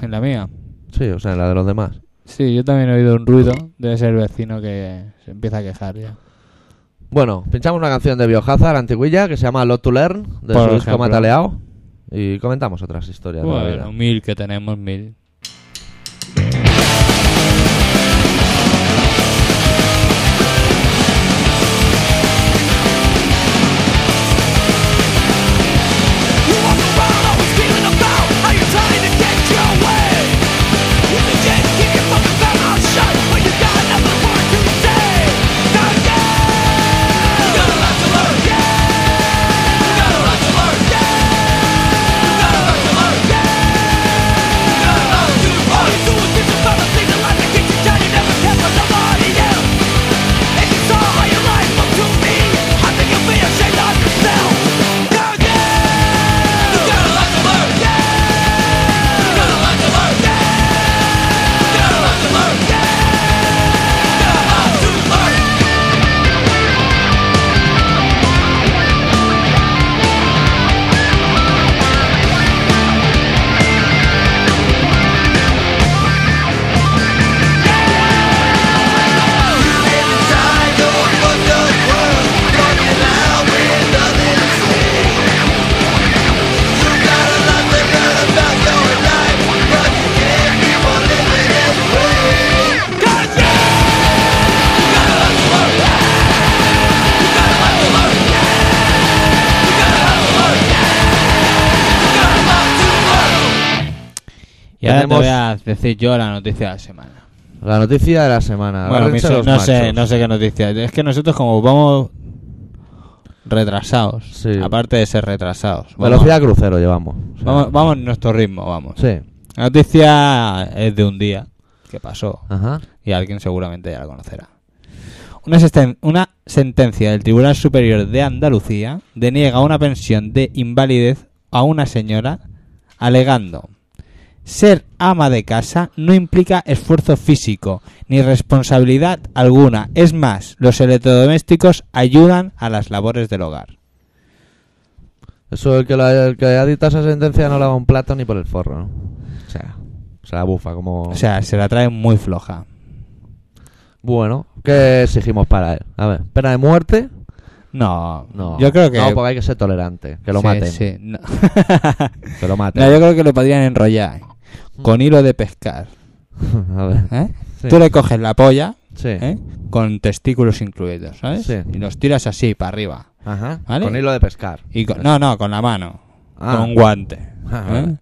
Speaker 2: En la mía.
Speaker 1: Sí, o sea, en la de los demás.
Speaker 2: Sí, yo también he oído un ruido. Debe ser el vecino que se empieza a quejar ya.
Speaker 1: Bueno, pinchamos una canción de Biohazard antiguilla que se llama Lot to Learn de
Speaker 2: Por
Speaker 1: su disco
Speaker 2: ejemplo.
Speaker 1: Mataleao. Y comentamos otras historias de la
Speaker 2: Bueno,
Speaker 1: vida.
Speaker 2: mil que tenemos, mil.
Speaker 5: You walk around always feeling about how you're trying to get your way. If you did, keep your fucking fat mouth shut, but you got nothing more to say. Now yeah, got a lot to learn. Yeah, got a lot to learn. Yeah, got a lot to learn. Yeah, got a lot to learn. All you do is get your fucking thing to life and get you down. You never care what nobody else. If you saw all your life up to me, I think you'd be ashamed of yourself. Now yeah. You gotta like the learn, yeah. You gotta like the learn, yeah. You gotta like the learn, yeah. You gotta like to learn.
Speaker 2: Y ahora
Speaker 1: Tenemos-
Speaker 2: te voy a decir yo la noticia de la semana.
Speaker 1: La noticia de la semana.
Speaker 2: Bueno,
Speaker 1: Agárrense
Speaker 2: mi-
Speaker 1: los
Speaker 2: no sé,
Speaker 1: machos.
Speaker 2: no sé qué noticia. Es que nosotros como vamos retrasados,
Speaker 1: Sí.
Speaker 2: aparte de ser retrasados, vamos,
Speaker 1: Velocidad crucero llevamos. O sea,
Speaker 2: vamos, vamos en nuestro ritmo, vamos.
Speaker 1: Sí.
Speaker 2: La noticia es de un día que pasó
Speaker 1: Ajá.
Speaker 2: y alguien seguramente ya la conocerá. Una, sesten- una sentencia del Tribunal Superior de Andalucía deniega una pensión de invalidez a una señora alegando ser ama de casa no implica esfuerzo físico ni responsabilidad alguna. Es más, los electrodomésticos ayudan a las labores del hogar.
Speaker 1: Eso el que, la, el que ha dictado esa sentencia no le da un plato ni por el forro, ¿no? O sea, oh. se la bufa como...
Speaker 2: O sea, se la trae muy floja.
Speaker 1: bueno, ¿qué exigimos para él? A ver, ¿pena de muerte?
Speaker 2: No,
Speaker 1: No.
Speaker 2: yo creo que...
Speaker 1: No, porque hay que ser tolerante. Que lo
Speaker 2: Sí,
Speaker 1: maten.
Speaker 2: sí, no.
Speaker 1: Que lo maten.
Speaker 2: No, yo creo que lo podrían enrollar ¿eh? con hilo de pescar.
Speaker 1: (laughs) A ver.
Speaker 2: ¿eh?
Speaker 1: Sí.
Speaker 2: Tú le coges la polla
Speaker 1: Sí.
Speaker 2: ¿eh? con testículos incluidos, ¿sabes?
Speaker 1: Sí.
Speaker 2: Y los tiras así para arriba.
Speaker 1: Ajá.
Speaker 2: Vale.
Speaker 1: Con hilo de pescar.
Speaker 2: Y con- no, no, con la mano,
Speaker 1: Ah.
Speaker 2: con un guante,
Speaker 1: Ah,
Speaker 2: ¿eh?
Speaker 1: vale.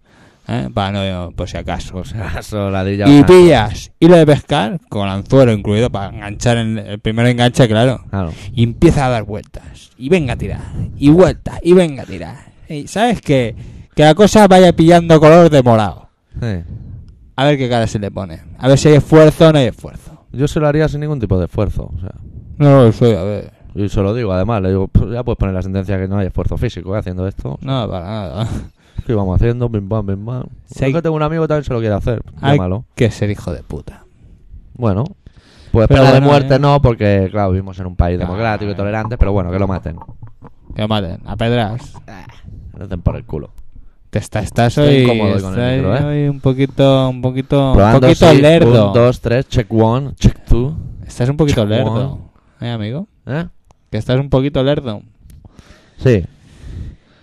Speaker 2: ¿Eh? Para no, por si acaso.
Speaker 1: O sea, eso, ladilla
Speaker 2: y
Speaker 1: una-
Speaker 2: pillas hilo de pescar con anzuelo incluido para enganchar en el primer enganche, claro.
Speaker 1: Claro.
Speaker 2: Y empieza a dar vueltas. Y venga a tirar. Y vueltas. Y venga a tirar. Y ¿Sabes qué? Que la cosa vaya pillando color de morado.
Speaker 1: Sí.
Speaker 2: A ver qué cara se le pone. A ver si hay esfuerzo o no hay esfuerzo.
Speaker 1: Yo se lo haría sin ningún tipo de esfuerzo. O sea,
Speaker 2: No lo soy, a ver.
Speaker 1: Y se lo digo, además, le digo, "Pues ya puedes poner la sentencia que no hay esfuerzo físico ¿eh? haciendo esto.
Speaker 2: No, para nada.
Speaker 1: ¿Qué vamos haciendo? Bim, bam, bim, bam.
Speaker 2: Sí.
Speaker 1: Es que tengo un amigo que también se lo quiere hacer.
Speaker 2: Hay
Speaker 1: Llámalo.
Speaker 2: que ser hijo de puta.
Speaker 1: Bueno. Pues
Speaker 2: Pero
Speaker 1: pena de
Speaker 2: bueno,
Speaker 1: muerte
Speaker 2: eh.
Speaker 1: no, porque, claro, vivimos en un país
Speaker 2: Claro.
Speaker 1: democrático y tolerante, pero bueno, que lo maten.
Speaker 2: Que lo maten. A pedras.
Speaker 1: Lo hacen por el culo.
Speaker 2: Te está, estás
Speaker 1: Estoy
Speaker 2: hoy,
Speaker 1: incómodo con el
Speaker 2: estás
Speaker 1: micro, ¿eh?
Speaker 2: hoy un poquito, un poquito, un
Speaker 1: Probando,
Speaker 2: poquito
Speaker 1: sí,
Speaker 2: lerdo.
Speaker 1: Un, dos, tres, check one, check two.
Speaker 2: Estás un poquito
Speaker 1: Chua.
Speaker 2: lerdo, ¿eh, amigo?
Speaker 1: ¿Eh?
Speaker 2: Que estás un poquito lerdo.
Speaker 1: Sí.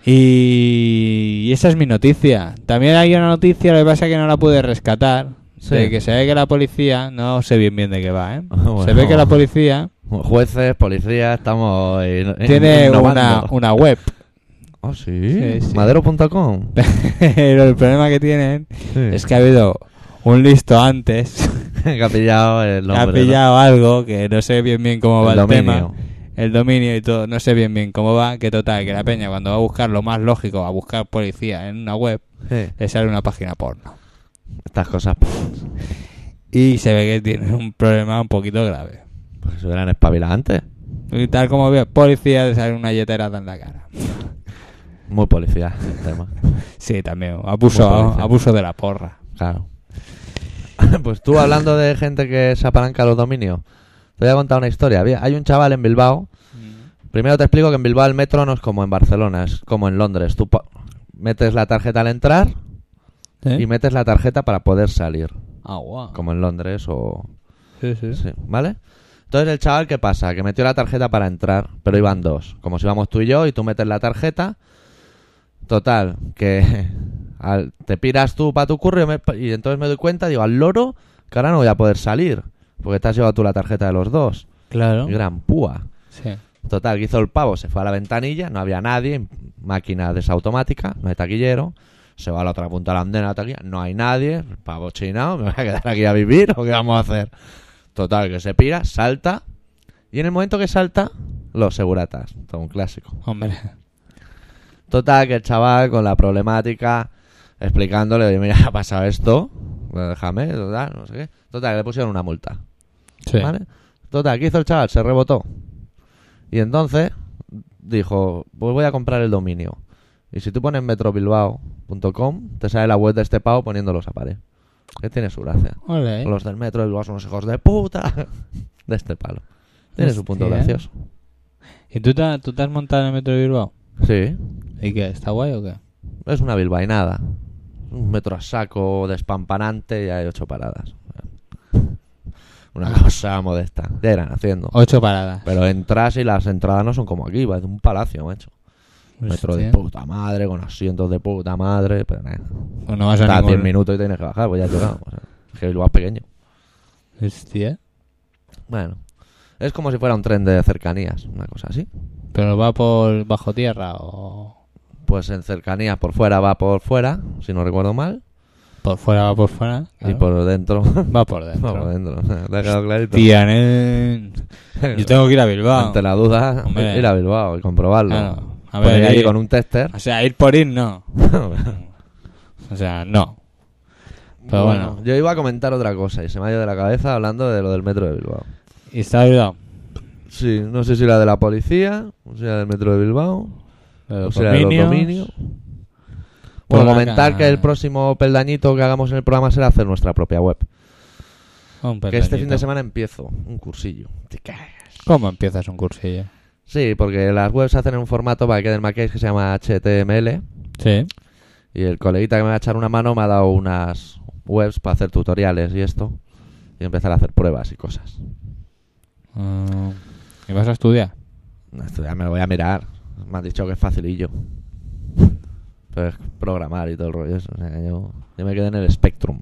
Speaker 2: Y... y esa es mi noticia. También hay una noticia, lo que pasa es que no la pude rescatar.
Speaker 1: Sí.
Speaker 2: De que se ve que la policía, no sé bien bien de qué va, ¿eh?
Speaker 1: (laughs) Bueno.
Speaker 2: Se ve que la policía
Speaker 1: Jueces, policías, estamos. in- Eh,
Speaker 2: tiene una,
Speaker 1: innovando.
Speaker 2: una web. (laughs)
Speaker 1: Ah, sí.
Speaker 2: Sí, sí.
Speaker 1: Madero.com.
Speaker 2: Pero el problema que tienen
Speaker 1: Sí.
Speaker 2: (laughs) es que ha habido un listo antes
Speaker 1: que (laughs) ha pillado el
Speaker 2: que (laughs) ha
Speaker 1: nombre, ¿no?
Speaker 2: pillado algo que no sé bien bien cómo va
Speaker 1: El
Speaker 2: el
Speaker 1: dominio.
Speaker 2: tema. el dominio y todo, no sé bien bien cómo va, que total, que la peña cuando va a buscar lo más lógico, a buscar policía en una web,
Speaker 1: Sí.
Speaker 2: le sale una página porno.
Speaker 1: Estas cosas pues,
Speaker 2: Y se ve que tiene un problema un poquito grave.
Speaker 1: se hubieran espabilado antes.
Speaker 2: Y tal como ve policía, le sale una yeterada en la cara.
Speaker 1: Muy policía el (laughs) tema.
Speaker 2: Sí, también, abuso,
Speaker 1: Muy policía.
Speaker 2: abuso de la porra.
Speaker 1: Claro. (laughs) pues tú hablando de gente que se apalanca los dominios, te voy a contar una historia. Había- Hay un chaval en Bilbao. Primero te explico que en Bilbao el metro no es como en Barcelona, es como en Londres. Tú pa- metes la tarjeta al entrar
Speaker 2: ¿Eh?
Speaker 1: y metes la tarjeta para poder salir,
Speaker 2: Ah, guau.
Speaker 1: como en Londres o
Speaker 2: Sí, sí.
Speaker 1: Sí, ¿Vale? Entonces el chaval, ¿qué pasa? Que metió la tarjeta para entrar, pero iban dos. Como si íbamos tú y yo y tú metes la tarjeta. Total, que (laughs) al- te piras tú para tu curro y, me- y entonces me doy cuenta, digo, al loro, que ahora no voy a poder salir. Porque te has llevado tú la tarjeta de los dos.
Speaker 2: Claro.
Speaker 1: Gran púa.
Speaker 2: Sí.
Speaker 1: Total, que hizo el pavo, se fue a la ventanilla, no había nadie, máquina desautomática, no hay taquillero. Se va a la otra punta de la andena, la taquilla, no hay nadie, el pavo chinado, me voy a quedar aquí a vivir o qué vamos a hacer. Total, que se pira, salta, y en el momento que salta, los seguratas, todo un clásico.
Speaker 2: Hombre.
Speaker 1: Total, que el chaval con la problemática, explicándole, oye, mira, (laughs) ha pasado esto, bueno, déjame, total, no sé qué. Total, que le pusieron una multa.
Speaker 2: Sí.
Speaker 1: ¿Vale? Total, ¿qué hizo el chaval? Se rebotó. Y entonces dijo, pues voy a comprar el dominio. Y si tú pones metrobilbao.com, te sale la web de este pavo poniendo los pared. Que tiene su gracia.
Speaker 2: Ole.
Speaker 1: Los del metro de Bilbao son unos hijos de puta. (laughs) De este palo. Tiene su punto
Speaker 2: eh. Hostia.
Speaker 1: gracioso.
Speaker 2: ¿Y tú te, tú te has montado en el metro de Bilbao?
Speaker 1: Sí.
Speaker 2: ¿Y qué? ¿Está guay o qué?
Speaker 1: Es una bilbainada. Un metro a saco, despampanante, y hay ocho paradas. Una cosa modesta. Ya irán haciendo.
Speaker 2: Ocho paradas.
Speaker 1: Pero entras y las entradas no son como aquí, va de un palacio, macho.
Speaker 2: Pues
Speaker 1: Metro de
Speaker 2: Hostia.
Speaker 1: puta madre, con asientos de puta madre, pero nada.
Speaker 2: Pues no vas a
Speaker 1: Cada
Speaker 2: ningún-
Speaker 1: 10 minutos y tienes que bajar, pues ya has llegado. o sea, es que Bilbao es pequeño.
Speaker 2: Hostia.
Speaker 1: Bueno, es como si fuera un tren de cercanías, una cosa así.
Speaker 2: ¿Pero va por bajo tierra o
Speaker 1: Pues en cercanías por fuera va por fuera, si no recuerdo mal,
Speaker 2: por fuera va por fuera?
Speaker 1: y
Speaker 2: Claro.
Speaker 1: por dentro (laughs) va
Speaker 2: Va por dentro.
Speaker 1: por dentro. (laughs) ¿Te ha quedado clarito?
Speaker 2: Tía, (laughs) nen. Yo tengo que ir a Bilbao.
Speaker 1: Ante la duda,
Speaker 2: Hombre.
Speaker 1: ir a Bilbao y comprobarlo.
Speaker 2: Claro. Ah, A
Speaker 1: Poner
Speaker 2: ver,
Speaker 1: allí
Speaker 2: ir-
Speaker 1: con un tester. (laughs)
Speaker 2: O sea, ir por ir no. O sea, no. Pero bueno.
Speaker 1: yo iba a comentar otra cosa y se me ha ido de la cabeza hablando de lo del metro de Bilbao.
Speaker 2: ¿Y está Bilbao?
Speaker 1: Sí, no sé si era de la policía, o si era del metro de Bilbao, o
Speaker 2: Los
Speaker 1: si era de los
Speaker 2: dominios.
Speaker 1: dominios.
Speaker 2: Por
Speaker 1: Por
Speaker 2: la
Speaker 1: comentar
Speaker 2: cara.
Speaker 1: que el próximo peldañito que hagamos en el programa será hacer nuestra propia web.
Speaker 2: Un
Speaker 1: Que este fin
Speaker 2: pestañito.
Speaker 1: de semana empiezo un cursillo. Te cagas.
Speaker 2: ¿Cómo empiezas un cursillo?
Speaker 1: Sí, porque las webs se hacen en un formato para que den maquéis que se llama HTML.
Speaker 2: Sí.
Speaker 1: Y el coleguita que me va a echar una mano me ha dado unas webs para hacer tutoriales y esto. Y empezar a hacer pruebas y cosas.
Speaker 2: Mm, ¿Y vas a estudiar?
Speaker 1: No, Esto ya me lo voy a mirar. Me han dicho que es facilillo. Pero es programar y todo el rollo. eso, o sea, yo, yo me quedé en el Spectrum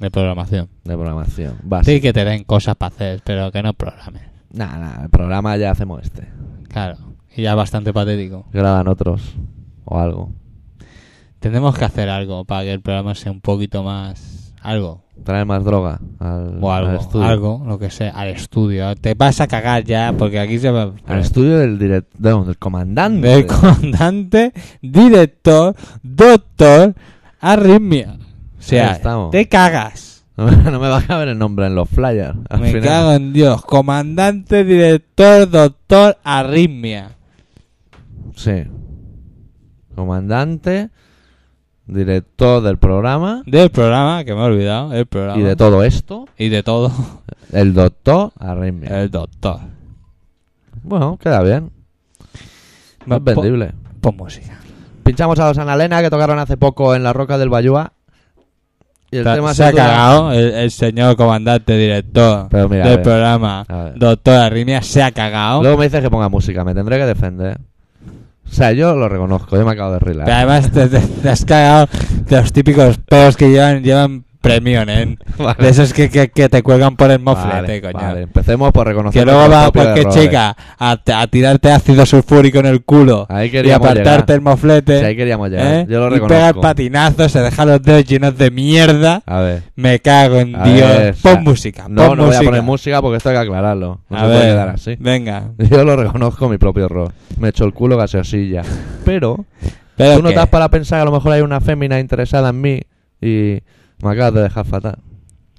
Speaker 2: De programación.
Speaker 1: de programación.
Speaker 2: Sí
Speaker 1: Básico.
Speaker 2: que te den cosas para hacer, pero que no programes.
Speaker 1: Nada, nada. El programa ya hacemos este.
Speaker 2: Claro. Y ya bastante patético.
Speaker 1: Graban otros o algo.
Speaker 2: Tenemos que hacer algo para que el programa sea un poquito más... Algo.
Speaker 1: Traer más droga al,
Speaker 2: O
Speaker 1: al
Speaker 2: algo.
Speaker 1: estudio.
Speaker 2: Algo, lo que sea. Al estudio. Te vas a cagar ya porque aquí se va...
Speaker 1: Al estudio del direct- no, del comandante.
Speaker 2: Del comandante, director, doctor, arritmia. O
Speaker 1: Ahí
Speaker 2: sea,
Speaker 1: estamos.
Speaker 2: te cagas.
Speaker 1: No me, (laughs) no me va a caber el nombre en los flyers. al
Speaker 2: Me
Speaker 1: final.
Speaker 2: cago en Dios. Comandante, director, doctor, arritmia.
Speaker 1: Sí. Comandante, director del programa
Speaker 2: Del programa, que me he olvidado, el programa.
Speaker 1: y de todo esto,
Speaker 2: Y de todo,
Speaker 1: el doctor Arritmia.
Speaker 2: el doctor.
Speaker 1: Bueno, queda bien.
Speaker 2: Va,
Speaker 1: Es vendible.
Speaker 2: pon- pon música.
Speaker 1: Pinchamos a los Analena que tocaron hace poco en la Roca del Bayúa. Y el
Speaker 2: Ta-
Speaker 1: tema
Speaker 2: se ha
Speaker 1: titula-
Speaker 2: cagado el, el señor comandante, director
Speaker 1: Pero mira, a
Speaker 2: del
Speaker 1: ver,
Speaker 2: programa,
Speaker 1: a ver.
Speaker 2: doctor arritmia, se ha cagado.
Speaker 1: Luego me dices que ponga música, me tendré que defender. O sea, yo lo reconozco, yo me acabo de rilar.
Speaker 2: Pero además te, te- te has cagado de los típicos pedos que llevan, llevan premium, ¿eh?
Speaker 1: (laughs) Vale.
Speaker 2: De esos que, que- que te cuelgan por el
Speaker 1: Vale,
Speaker 2: moflete, coño.
Speaker 1: vale, empecemos por reconocer
Speaker 2: Que luego
Speaker 1: nuestro
Speaker 2: va
Speaker 1: propio
Speaker 2: cualquier
Speaker 1: error.
Speaker 2: chica a, te- a tirarte ácido sulfúrico en el culo
Speaker 1: Ahí
Speaker 2: y
Speaker 1: queríamos llegar.
Speaker 2: apartarte el moflete.
Speaker 1: Sí, ahí queríamos llegar.
Speaker 2: ¿eh?
Speaker 1: Yo lo
Speaker 2: y pega el
Speaker 1: reconozco.
Speaker 2: patinazo, se deja los dedos llenos de mierda.
Speaker 1: A ver.
Speaker 2: Me cago en
Speaker 1: a
Speaker 2: Dios.
Speaker 1: ver, o sea,
Speaker 2: pon música,
Speaker 1: No,
Speaker 2: pon
Speaker 1: no
Speaker 2: música.
Speaker 1: voy a poner música porque esto hay que aclararlo. No
Speaker 2: A
Speaker 1: se
Speaker 2: ver,
Speaker 1: puede quedar así. (laughs)
Speaker 2: venga.
Speaker 1: Yo lo reconozco mi propio error. Me echo el culo gaseosilla. Pero,
Speaker 2: Pero
Speaker 1: tú no
Speaker 2: qué?
Speaker 1: te das para pensar que a lo mejor hay una fémina interesada en mí y me acabas de dejar
Speaker 2: (laughs)
Speaker 1: fatal.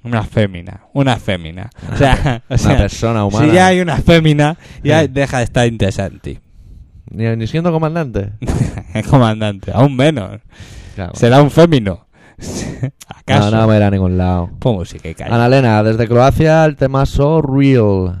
Speaker 2: Una fémina, una fémina. O sea, o
Speaker 1: (laughs) Una
Speaker 2: sea
Speaker 1: persona humana.
Speaker 2: si ya hay una fémina, ya
Speaker 1: Sí.
Speaker 2: deja de estar interesante. (laughs)
Speaker 1: ni, ni siendo comandante.
Speaker 2: El comandante, aún menos.
Speaker 1: Claro.
Speaker 2: Será un fémino. (laughs)
Speaker 1: No,
Speaker 2: ¿Acaso?
Speaker 1: no me irá a ningún lado.
Speaker 2: Pon música y calla.
Speaker 1: Analena, desde Croacia, el tema So Real.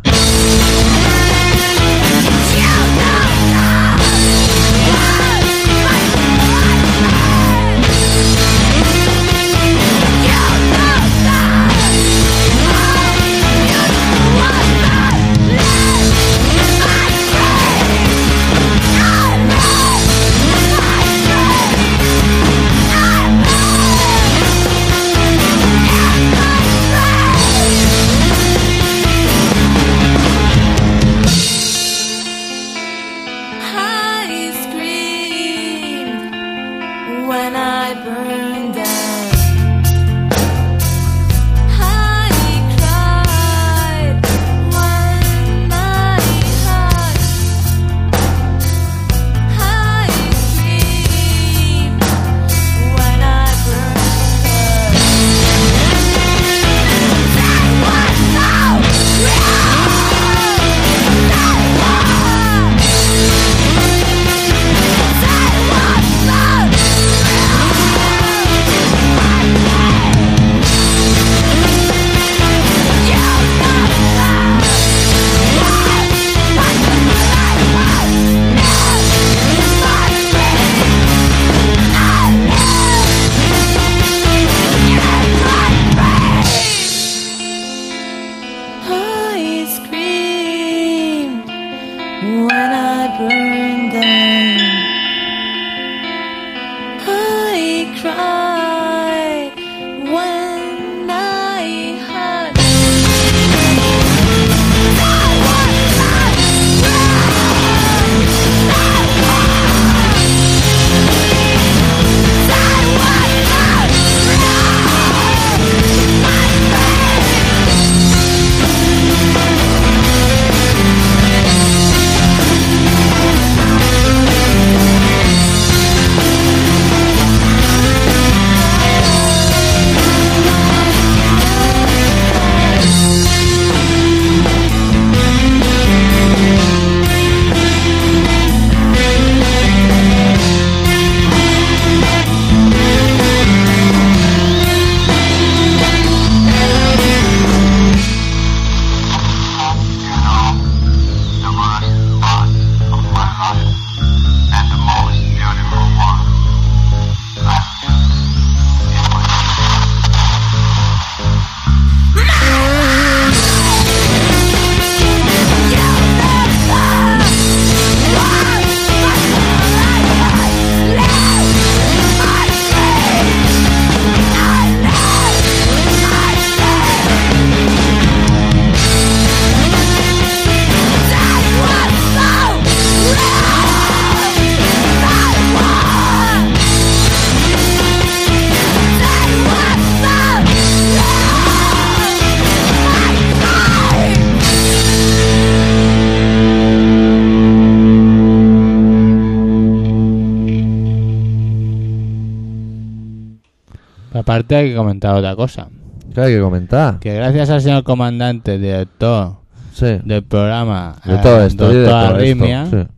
Speaker 6: I screamed when I burned down. I cried when I hurt. I screamed when I burned down. I screamed when I burned down. I cried when I had.
Speaker 2: Aparte hay que comentar otra cosa.
Speaker 1: ¿Qué hay que comentar?
Speaker 2: Que gracias al señor comandante, director
Speaker 1: Sí.
Speaker 2: del programa,
Speaker 1: De
Speaker 2: eh,
Speaker 1: todo esto, y de
Speaker 2: doctor
Speaker 1: todo
Speaker 2: Arritmia,
Speaker 1: esto. sí.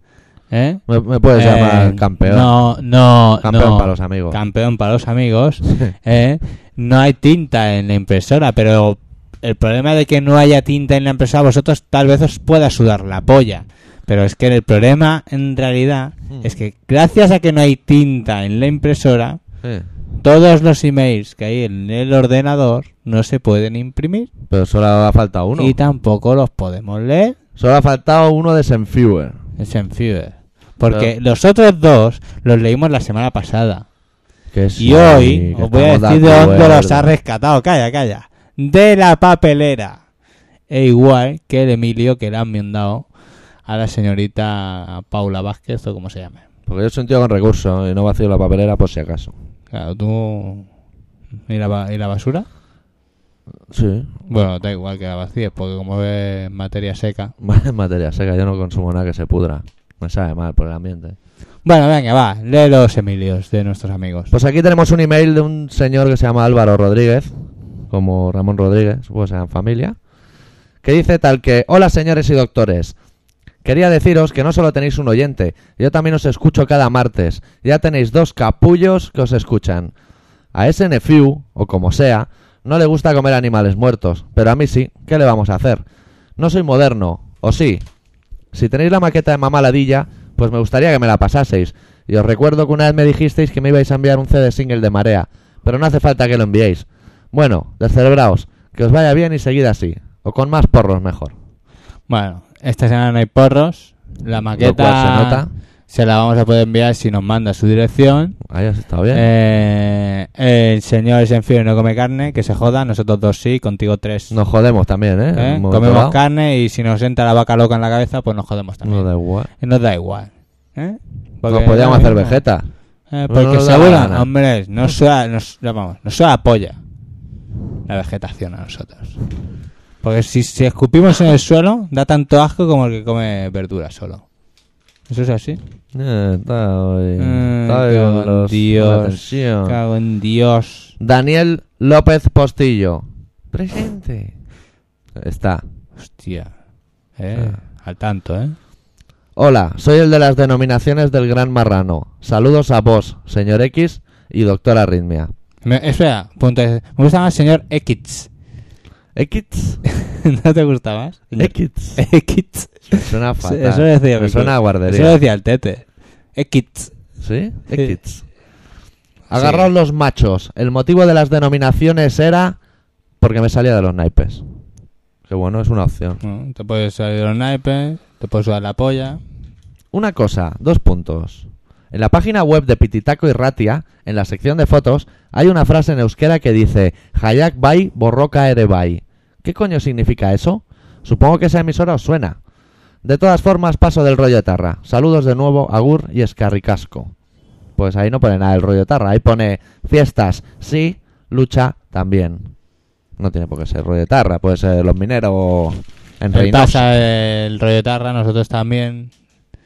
Speaker 2: ¿eh?
Speaker 1: Me, me puedes
Speaker 2: Eh,
Speaker 1: llamar campeón.
Speaker 2: No, no,
Speaker 1: campeón
Speaker 2: no.
Speaker 1: para los amigos.
Speaker 2: Campeón para
Speaker 1: (laughs)
Speaker 2: los amigos. ¿eh? No hay tinta en la impresora, pero el problema de que no haya tinta en la impresora, a vosotros tal vez os pueda sudar la polla. Pero es que el problema en realidad
Speaker 1: Mm.
Speaker 2: es que gracias a que no hay tinta en la impresora,
Speaker 1: Sí.
Speaker 2: todos los emails que hay en el ordenador no se pueden imprimir
Speaker 1: Pero solo ha faltado uno.
Speaker 2: y tampoco los podemos leer
Speaker 1: Solo ha faltado uno de Senfewer.
Speaker 2: en Senfewer. Porque
Speaker 1: Claro.
Speaker 2: los otros dos los leímos la semana pasada.
Speaker 1: Que
Speaker 2: Y
Speaker 1: sí,
Speaker 2: hoy
Speaker 1: que
Speaker 2: os voy a
Speaker 1: estamos
Speaker 2: decir de dónde
Speaker 1: acuerdo.
Speaker 2: los ha rescatado. Calla, calla. De la papelera. E igual que el Emilio que le han mandado a la señorita Paula Vázquez o como se llame.
Speaker 1: Porque yo soy un tío con recursos y no vacío la papelera por si acaso.
Speaker 2: Claro, tú... ¿Y la, ba- y la basura?
Speaker 1: (laughs) Sí.
Speaker 2: Bueno, da igual que la vacíes, porque como ves materia seca.
Speaker 1: Materia seca, yo no consumo nada que se pudra. Me sabe mal por el ambiente.
Speaker 2: Bueno, venga, va. Lee los Emilios de nuestros amigos.
Speaker 1: Pues aquí tenemos un email de un señor que se llama Álvaro Rodríguez, como Ramón Rodríguez, supongo que sean familia, que dice tal que, hola señores y doctores, quería deciros que no solo tenéis un oyente, yo también os escucho cada martes, ya tenéis dos capullos que os escuchan. A SNFU, o como sea, no le gusta comer animales muertos, pero a mí sí, ¿qué le vamos a hacer? No soy moderno, o sí, si tenéis la maqueta de Mamá Ladilla, pues me gustaría que me la pasaseis. Y os recuerdo que una vez me dijisteis que me ibais a enviar un CD single de Marea, pero no hace falta que lo enviéis. Bueno, descerebraos, que os vaya bien y seguid así. O con más porros mejor.
Speaker 2: Bueno, esta semana no hay porros. La maqueta
Speaker 1: Lo cual se nota.
Speaker 2: se la vamos a poder enviar si nos manda su dirección.
Speaker 1: Ahí has estado bien.
Speaker 2: Eh, el señor es y no come carne, que se joda, nosotros dos sí, contigo tres.
Speaker 1: Nos jodemos también, ¿eh?
Speaker 2: ¿Eh?
Speaker 1: En un momento
Speaker 2: Comemos
Speaker 1: dado.
Speaker 2: carne y si nos entra la vaca loca en la cabeza, pues nos jodemos también.
Speaker 1: No da igual.
Speaker 2: Eh, Nos da igual. ¿eh? Porque
Speaker 1: Nos podíamos hacer
Speaker 2: ahora mismo-
Speaker 1: vegeta.
Speaker 2: Eh,
Speaker 1: No
Speaker 2: porque
Speaker 1: nos da
Speaker 2: seguro,
Speaker 1: la gana.
Speaker 2: hombre, nos suena, nos, ya vamos, nos suena la polla la vegetación a nosotros. Porque si, si escupimos en el suelo, da tanto asco como el que come verduras solo. ¿Eso es así?
Speaker 1: Eh, está hoy-
Speaker 2: Eh,
Speaker 1: está hoy
Speaker 2: cago
Speaker 1: con los-
Speaker 2: en
Speaker 1: con la
Speaker 2: Dios.
Speaker 1: tensión.
Speaker 2: Cago en Dios.
Speaker 1: Daniel López Postillo.
Speaker 2: (laughs)
Speaker 1: Presente. Está.
Speaker 2: Hostia. Eh, Al tanto, ¿eh?
Speaker 1: Hola, soy el de las denominaciones del Gran Marrano. Saludos a vos, señor X y doctora Arritmia.
Speaker 2: Me, espera, punto. de- Me gusta más señor X. (laughs)
Speaker 1: X.
Speaker 2: ¿No te gusta más?
Speaker 1: X.
Speaker 2: X.
Speaker 1: Suena fatal.
Speaker 2: Eso decía
Speaker 1: Me
Speaker 2: mi
Speaker 1: suena a
Speaker 2: cu-
Speaker 1: guardería.
Speaker 2: Eso decía el tete. X.
Speaker 1: ¿Sí?
Speaker 2: Sí.
Speaker 1: X. Agarraos los machos. El motivo de las denominaciones era porque me salía de los naipes. Que bueno, es una opción.
Speaker 2: Mm, Te puedes salir los naipes, te puedes sudar la polla.
Speaker 1: Una cosa, dos puntos. En la página web de Pititaco y Ratia, en la sección de fotos, hay una frase en euskera que dice Hayak bai, borroka ere bai. ¿Qué coño significa eso? Supongo que esa emisora os suena. De todas formas, paso del rollo tarra. Saludos de nuevo, Agur y Escarricasco. Pues ahí no pone nada del rollo tarra, ahí pone fiestas, sí, lucha, también. No tiene por qué ser rollo tarra, puede ser los mineros o en
Speaker 2: Él
Speaker 1: Reynosa.
Speaker 2: pasa el rollo tarra, nosotros también.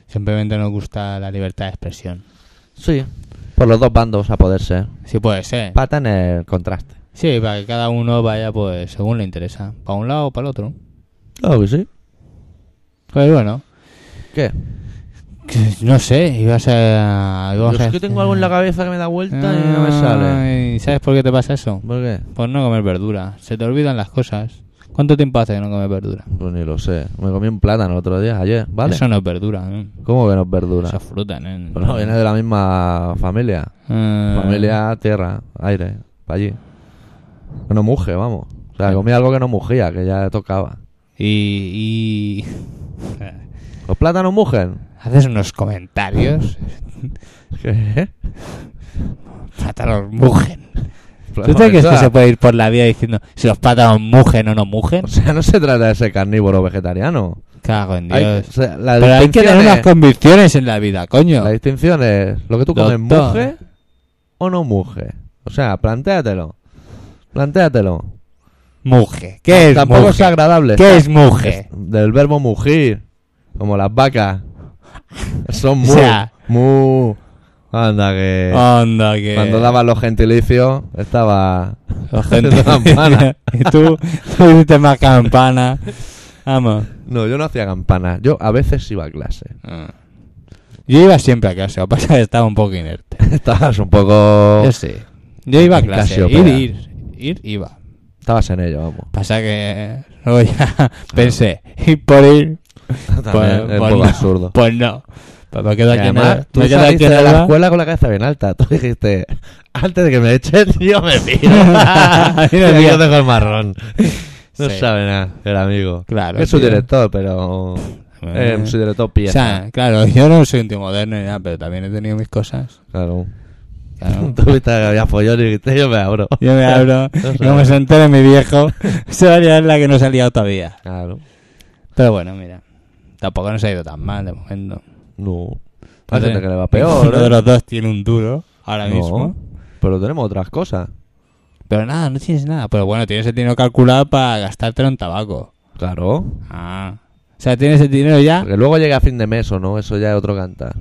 Speaker 2: Simplemente nos gusta la libertad de expresión.
Speaker 1: Sí, por los dos bandos a poder ser.
Speaker 2: Sí puede ser.
Speaker 1: Para tener contraste.
Speaker 2: Sí, para que cada uno vaya pues según le interesa. Para un lado o para el otro.
Speaker 1: Claro que sí.
Speaker 2: Pues bueno.
Speaker 1: ¿Qué?
Speaker 2: Que No sé, ibas a. Ibas a decir-
Speaker 1: cabeza que me da
Speaker 2: Ay, ¿Sabes por qué te pasa eso?
Speaker 1: ¿Por qué?
Speaker 2: Por no comer verdura. Se te olvidan las cosas. ¿Cuánto tiempo hace que no comes verdura?
Speaker 1: Pues ni lo sé. Me comí un plátano el otro día, ayer, ¿vale?
Speaker 2: Eso no es verdura, ¿eh?
Speaker 1: ¿Cómo que no es verdura?
Speaker 2: Eso es fruta, ¿eh?
Speaker 1: Pero no, viene de la misma familia.
Speaker 2: Eh,
Speaker 1: Familia, tierra, aire, para allí. Que no muje, vamos. O sea, comí algo que no mugía, que ya tocaba.
Speaker 2: Y. (laughs) y...
Speaker 1: ¿Los plátanos
Speaker 2: (laughs)
Speaker 1: mugen?
Speaker 2: Haces unos comentarios.
Speaker 1: ¿Qué?
Speaker 2: Plátanos mugen.
Speaker 1: Pues
Speaker 2: ¿Tú te crees que se puede ir por la vida diciendo si los plátanos mugen o no mugen?
Speaker 1: O sea, no se trata de ser carnívoro o vegetariano.
Speaker 2: Cago en
Speaker 1: Pues, Hay-
Speaker 2: Dios.
Speaker 1: o sea, la
Speaker 2: Pero hay que
Speaker 1: distinción
Speaker 2: tener
Speaker 1: es-
Speaker 2: unas convicciones en la vida, coño.
Speaker 1: La distinción es lo que tú comes,
Speaker 2: Doctor.
Speaker 1: muje o no muje. O sea, plantéatelo. Plantéatelo.
Speaker 2: Muge. ¿Qué es
Speaker 1: Tampoco es
Speaker 2: muge?
Speaker 1: agradable.
Speaker 2: ¿Qué es muge?
Speaker 1: Del verbo mugir, como las vacas. Son
Speaker 2: O
Speaker 1: mu,
Speaker 2: sea-
Speaker 1: mu, Anda,
Speaker 2: Eh,
Speaker 1: que.
Speaker 2: Anda, que.
Speaker 1: Cuando
Speaker 2: (laughs)
Speaker 1: daban los gentilicios, estaba.
Speaker 2: La gente.
Speaker 1: haciendo campana.
Speaker 2: (laughs) y tú, tú hiciste más campana. Vamos.
Speaker 1: No, yo no hacía campana. Yo a veces iba a clase.
Speaker 2: Ah. Yo iba siempre a clase, lo que pasa es que estaba un poco inerte.
Speaker 1: (laughs) Estabas un poco.
Speaker 2: Yo sé. Yo iba a Oh. clase.
Speaker 1: Casiopea.
Speaker 2: Ir, ir, ir, iba.
Speaker 1: Estabas en ello, vamos.
Speaker 2: Pasa que luego ya (laughs) pensé, ir por ir.
Speaker 1: También, es un poco
Speaker 2: no,
Speaker 1: absurdo.
Speaker 2: Pues no. Pues me quedo
Speaker 1: Y
Speaker 2: aquí en
Speaker 1: además,
Speaker 2: el-
Speaker 1: tú
Speaker 2: me quedo aquí
Speaker 1: saliste
Speaker 2: en
Speaker 1: de
Speaker 2: el
Speaker 1: la
Speaker 2: bar.
Speaker 1: escuela con la cabeza bien alta. (laughs) Tú dijiste, antes de que me echen, (laughs) yo me piro.
Speaker 2: (laughs) Mira,
Speaker 1: Mira,
Speaker 2: mira.
Speaker 1: yo dejo el
Speaker 2: (laughs)
Speaker 1: marrón. No
Speaker 2: Sí.
Speaker 1: sabe nada, el amigo.
Speaker 2: Claro,
Speaker 1: Es su
Speaker 2: tío.
Speaker 1: director, pero...
Speaker 2: Eh,
Speaker 1: Es su director
Speaker 2: o
Speaker 1: pieza.
Speaker 2: sea, claro, yo no soy un tío moderno ni nada, pero también he tenido mis cosas.
Speaker 1: claro.
Speaker 2: (laughs) Claro.
Speaker 1: (laughs) Tú viste que había follón y dijiste, yo me abro. (laughs)
Speaker 2: Yo me
Speaker 1: No
Speaker 2: abro, no me
Speaker 1: sabes.
Speaker 2: senté de mi viejo. (laughs) Se va a liar la que no se ha liado todavía.
Speaker 1: Claro.
Speaker 2: Pero bueno, mira. Tampoco nos ha ido tan mal de momento.
Speaker 1: No. Hay gente
Speaker 2: Entonces,
Speaker 1: que le va
Speaker 2: (laughs) Uno Pues de
Speaker 1: peor, ¿eh?
Speaker 2: los dos tiene un duro ahora
Speaker 1: No.
Speaker 2: mismo.
Speaker 1: Pero tenemos otras cosas.
Speaker 2: Pero nada, no tienes nada. Pero bueno, tienes el dinero calculado para gastártelo en tabaco.
Speaker 1: Claro.
Speaker 2: Ah. O sea, tienes el dinero ya.
Speaker 1: Que luego llega a fin de mes o no, eso ya es otro cantar.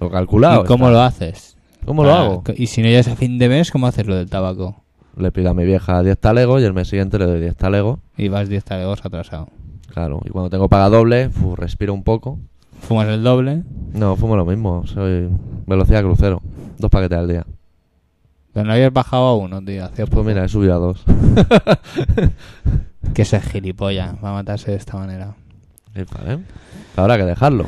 Speaker 1: Lo calculado.
Speaker 2: ¿Y cómo lo haces?
Speaker 1: está. ¿Cómo lo
Speaker 2: Ah,
Speaker 1: hago?
Speaker 2: co- Y si no llegas a fin de mes, ¿cómo haces lo del tabaco?
Speaker 1: Le pido a mi vieja 10 talegos y el mes siguiente le doy 10 talegos.
Speaker 2: Y vas 10 talegos atrasado.
Speaker 1: Claro, y cuando tengo paga doble, fu, respiro un poco.
Speaker 2: Fumas el doble.
Speaker 1: No, fumo lo mismo, soy velocidad crucero. Dos paquetes al día.
Speaker 2: Pero no habías bajado a uno, tío. Hacías
Speaker 1: Pues mira, he subido a dos.
Speaker 2: Que ese gilipollas va a matarse de esta manera.
Speaker 1: Epa, ¿eh? Habrá que dejarlo.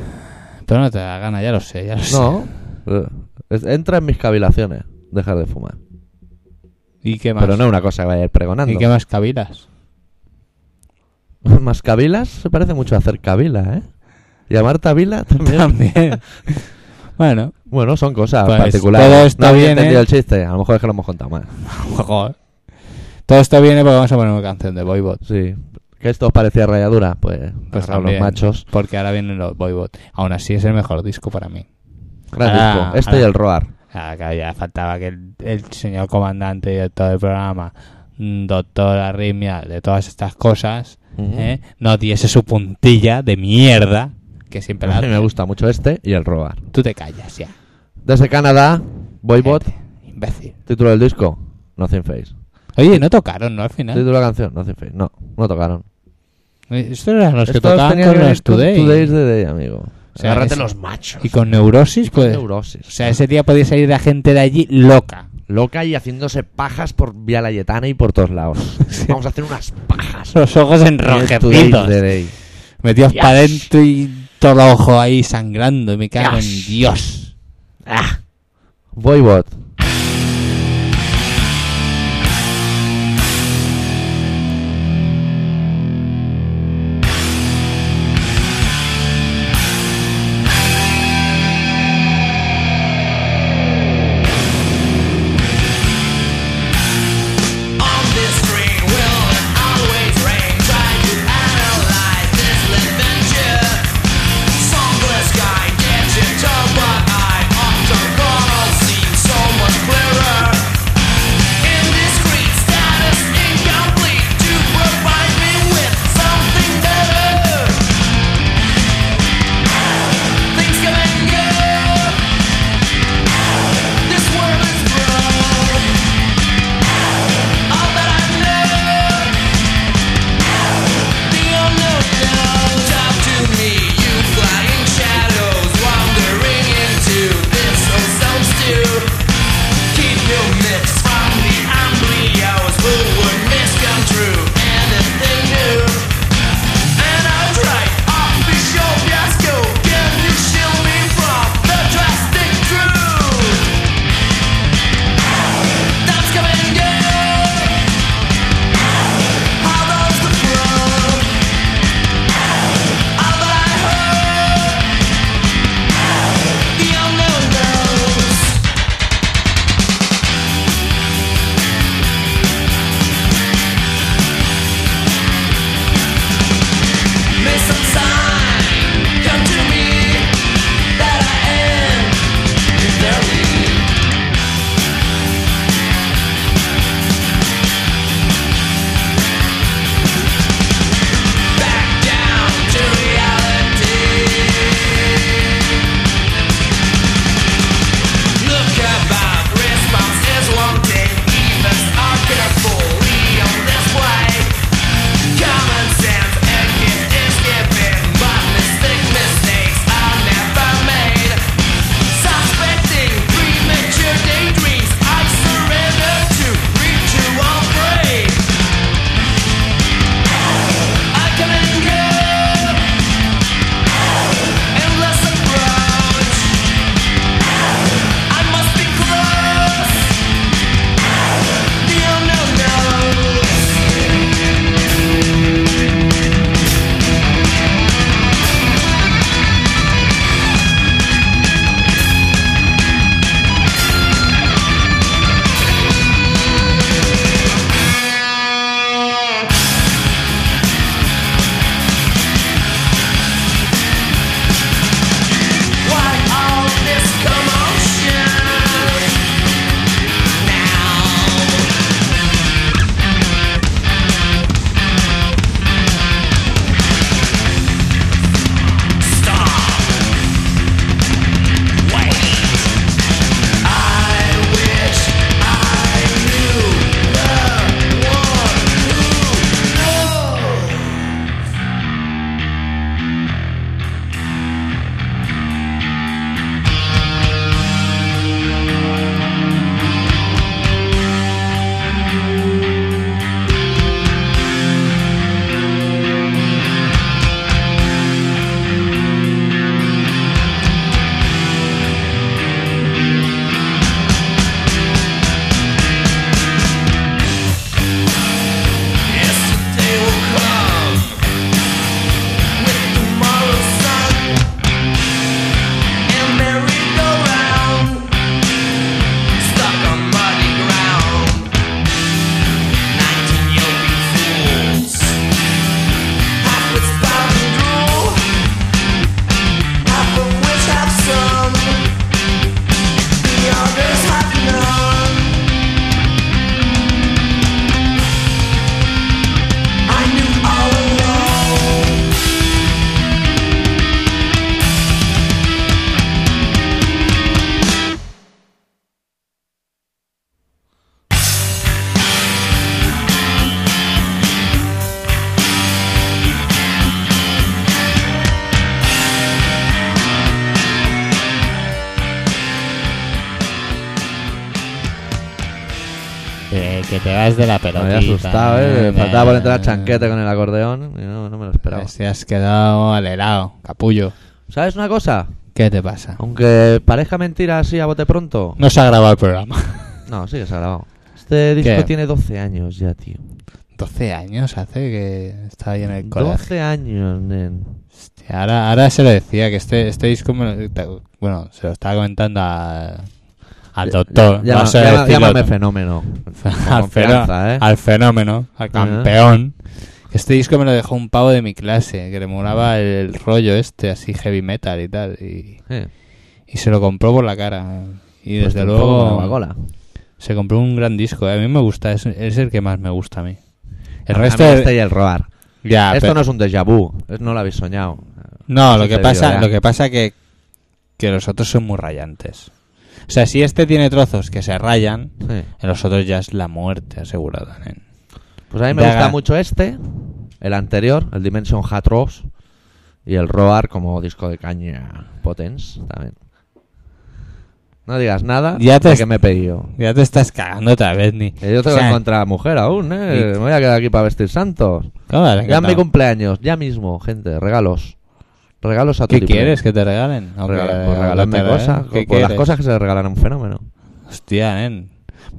Speaker 2: Pero no te da gana, ya lo sé, ya lo sé.
Speaker 1: No, eh, es- entra en mis cavilaciones dejar de fumar.
Speaker 2: ¿Y qué más?
Speaker 1: Pero no es una cosa que vaya a ir pregonando.
Speaker 2: ¿Y qué más cavilas?
Speaker 1: (laughs) Más cavilas se parece mucho a hacer cavila, ¿eh? Y a Marta Vila también. (laughs)
Speaker 2: (laughs) También. bueno,
Speaker 1: Bueno, son cosas
Speaker 2: Pues,
Speaker 1: particulares.
Speaker 2: todo ¿eh? esto
Speaker 1: no había
Speaker 2: viene-
Speaker 1: entendido el chiste. A lo mejor es que lo hemos contado mal.
Speaker 2: mejor. Todo esto viene porque vamos a poner una canción de Boybot.
Speaker 1: Sí. Que esto os parecía rayadura, pues,
Speaker 2: Pues
Speaker 1: arrao los
Speaker 2: también,
Speaker 1: machos.
Speaker 2: Porque ahora vienen los Boybot. Aún así es el mejor disco para mí.
Speaker 1: Gran
Speaker 2: Ahora-
Speaker 1: disco. Este y
Speaker 2: ahora-
Speaker 1: el Roar.
Speaker 2: Ah, claro, ya faltaba que el, el señor comandante, director del programa, mm, doctor Arritmia, de todas estas cosas,
Speaker 1: Ujú.
Speaker 2: ¿eh? nos diese su puntilla de mierda que siempre la
Speaker 1: A mí me
Speaker 2: hace.
Speaker 1: gusta mucho este y el Roar.
Speaker 2: Tú te callas ya.
Speaker 1: Desde Canadá, Boybot,
Speaker 2: Gente, Imbécil.
Speaker 1: título del disco, Nothing Face.
Speaker 2: Oye, no tocaron, ¿no? Al final.
Speaker 1: Título de la canción, Nothing Face. No, no tocaron.
Speaker 2: Estos eran Eh, los que
Speaker 1: Estos
Speaker 2: tocaban
Speaker 1: tenían
Speaker 2: con
Speaker 1: que
Speaker 2: los
Speaker 1: venir con
Speaker 2: Today.
Speaker 1: Today's de Day, amigo.
Speaker 2: O sea,
Speaker 3: Agárrate
Speaker 2: ese-
Speaker 3: los machos.
Speaker 2: Y con neurosis, pues. O
Speaker 1: Neurosis.
Speaker 2: sea, ese día podía salir la gente de allí loca.
Speaker 1: Loca y haciéndose pajas por Vía Layetana y por todos
Speaker 2: (laughs)
Speaker 1: lados. Vamos a hacer unas pajas.
Speaker 2: Los ojos
Speaker 1: Today's
Speaker 2: enrojecidos.
Speaker 1: the Day.
Speaker 2: Metidos
Speaker 3: Dios.
Speaker 2: para adentro y todo el ojo ahí sangrando. Y me cago en
Speaker 3: Dios.
Speaker 2: Dios.
Speaker 3: Ah,
Speaker 1: Boybot.
Speaker 5: Somewhere sky gets you to what I often call seems so
Speaker 2: Que, que te vas de la pelotita.
Speaker 1: Me había asustado, ¿eh? Me faltaba por entrar
Speaker 2: Eh,
Speaker 1: chanquete con el acordeón. y no, no me lo esperaba.
Speaker 2: Te has quedado al helado, capullo.
Speaker 1: ¿Sabes una cosa?
Speaker 2: ¿Qué te pasa?
Speaker 1: Aunque parezca mentira así a bote pronto.
Speaker 2: No se ha grabado el programa. (laughs)
Speaker 1: No, sí que se ha grabado. Este disco
Speaker 2: ¿Qué?
Speaker 1: tiene 12 años ya, tío.
Speaker 2: 12 años hace que estaba ahí en el colegio.
Speaker 1: 12 años, nen.
Speaker 2: Hostia, Ahora, ahora se lo decía que este, este disco, me lo- bueno, se lo estaba comentando a- al doctor.
Speaker 1: Ya-
Speaker 2: no sé
Speaker 1: llama-
Speaker 2: decirlo.
Speaker 1: llámame fenómeno. Con
Speaker 2: (laughs) al,
Speaker 1: confianza,
Speaker 2: fenó-
Speaker 1: ¿eh?
Speaker 2: al fenómeno, al campeón. Este disco me lo dejó un pavo de mi clase, que le molaba el rollo este, así heavy metal y tal. Y,
Speaker 1: Sí.
Speaker 2: y se lo compró por la cara. Y
Speaker 1: Pues
Speaker 2: desde
Speaker 1: un poco
Speaker 2: luego...
Speaker 1: como Coca-Cola.
Speaker 2: Se compró un gran disco, eh. a mí me gusta, es, es el que más me gusta a mí. El
Speaker 1: A mí
Speaker 2: resto
Speaker 1: este
Speaker 2: de-
Speaker 1: y el roar.
Speaker 2: ya,
Speaker 1: Esto
Speaker 2: pero-
Speaker 1: no es un déjà vu. es- No lo habéis soñado.
Speaker 2: no,
Speaker 1: es
Speaker 2: lo que
Speaker 1: entendido,
Speaker 2: pasa,
Speaker 1: ya.
Speaker 2: lo que pasa que que los otros son muy rayantes. O sea, si este tiene trozos que se rayan,
Speaker 1: Sí.
Speaker 2: en los otros ya es la muerte asegurada. nen.
Speaker 1: Pues a mí me
Speaker 2: Daga.
Speaker 1: gusta mucho este, el anterior, el Dimension Hatros y el Roar como disco de caña Potence también. No digas nada
Speaker 2: Ya te
Speaker 1: de
Speaker 2: es-
Speaker 1: que me he pedido.
Speaker 2: Ya te estás cagando otra vez, ni.
Speaker 1: Que Eh, yo tengo
Speaker 2: O sea,
Speaker 1: que encontrar mujer aún, ¿eh?
Speaker 2: Y-
Speaker 1: Me voy a quedar aquí para vestir santos.
Speaker 2: ¿cómo le has
Speaker 1: Ya es mi
Speaker 2: encantado?
Speaker 1: cumpleaños, ya mismo, gente, regalos. Regalos a tu
Speaker 2: ¿Qué quieres que te regalen? Aunque-
Speaker 1: Regala, ¿eh? pues
Speaker 2: aunque
Speaker 1: regaladme
Speaker 2: te regalen,
Speaker 1: cosas,
Speaker 2: ¿qué
Speaker 1: pues las
Speaker 2: quieres?
Speaker 1: cosas que se le regalan a un fenómeno.
Speaker 2: Hostia, nen.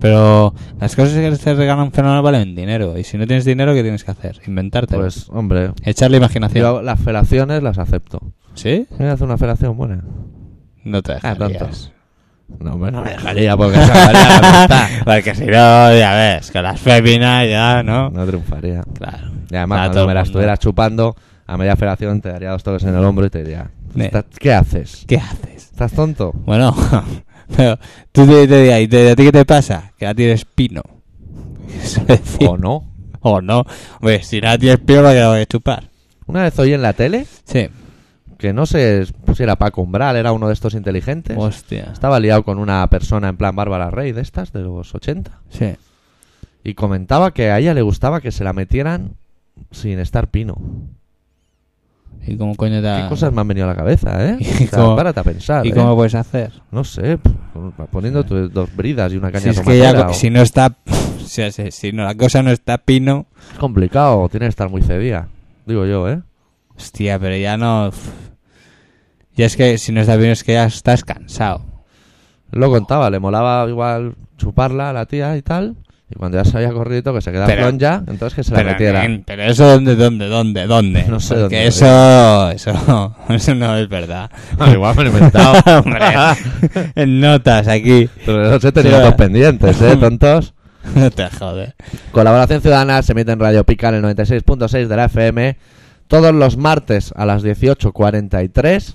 Speaker 2: Pero las cosas que te regalan un fenómeno valen dinero. Y si no tienes dinero, ¿qué tienes que hacer? Inventarte.
Speaker 1: Pues, hombre,
Speaker 2: Echar la imaginación.
Speaker 1: yo las felaciones las acepto.
Speaker 2: ¿Sí?
Speaker 1: Me voy a hacer una felación buena.
Speaker 2: No te
Speaker 1: Ah,
Speaker 2: dejarías.
Speaker 1: tonto. No, hombre, no me dejaría porque se acabaría la amistad.
Speaker 2: (laughs) Porque si no, ya ves, con las féminas ya, ¿no?
Speaker 1: No triunfaría.
Speaker 2: Claro.
Speaker 1: Y además,
Speaker 2: Para todo
Speaker 1: cuando
Speaker 2: el
Speaker 1: me la
Speaker 2: mundo.
Speaker 1: estuvieras chupando, a media federación te daría dos toques en el hombro y te diría:
Speaker 2: Ne.
Speaker 1: "Estás- ¿Qué haces?
Speaker 2: ¿Qué haces?
Speaker 1: ¿Estás tonto?
Speaker 2: Bueno, (laughs) pero tú te, te dirás, ¿y te- a ti qué te pasa? Que ahora tienes pino. (laughs) Eso decir.
Speaker 1: ¿O no?
Speaker 2: O no. Hombre, si ahora tienes pino, ¿para qué la voy a chupar?
Speaker 1: Una vez oí en la tele
Speaker 2: Sí.
Speaker 1: que no sé si era Paco Umbral, era uno de estos inteligentes.
Speaker 2: Hostia.
Speaker 1: Estaba liado con una persona en plan Bárbara Rey de estas, de los 80.
Speaker 2: Sí.
Speaker 1: Y comentaba que a ella le gustaba que se la metieran sin estar pino.
Speaker 2: ¿Y cómo coño te
Speaker 1: ¿Qué cosas me han venido a la cabeza, eh?
Speaker 2: Ah. (laughs) ¿Y
Speaker 1: O sea,
Speaker 2: cómo-
Speaker 1: párate a pensar.
Speaker 2: ¿Y
Speaker 1: ¿eh?
Speaker 2: cómo puedes hacer?
Speaker 1: No sé, p- poniendo tu- dos bridas y una caña
Speaker 2: Si es que
Speaker 1: tomatera,
Speaker 2: ya,
Speaker 1: o-
Speaker 2: si no está. (laughs) o sea, si, si no, la cosa no está pino.
Speaker 1: Es complicado, tiene que estar muy cedida. Digo yo, ¿eh?
Speaker 2: Hostia, pero ya no. Ya es que si no está pino, es que ya estás cansado.
Speaker 1: Lo contaba, le molaba igual chuparla a la tía y tal. Y cuando ya se había corrido, que se quedaba
Speaker 2: Pero-
Speaker 1: flonja, entonces que se la
Speaker 2: Pero,
Speaker 1: metiera.
Speaker 2: nen, pero eso dónde, dónde, dónde, dónde.
Speaker 1: No sé
Speaker 2: Porque
Speaker 1: dónde lo
Speaker 2: eso, eso, eso no es verdad.
Speaker 3: Igual me lo he inventado.
Speaker 2: (laughs) Hombre, en notas aquí.
Speaker 1: Pero no se tenía dos pendientes,
Speaker 2: (laughs)
Speaker 1: ¿eh? Tontos.
Speaker 2: No te jode.
Speaker 1: Colaboración Ciudadana se emite en Radio Pica en el 96.6 de la FM. Todos los martes a las 18.43.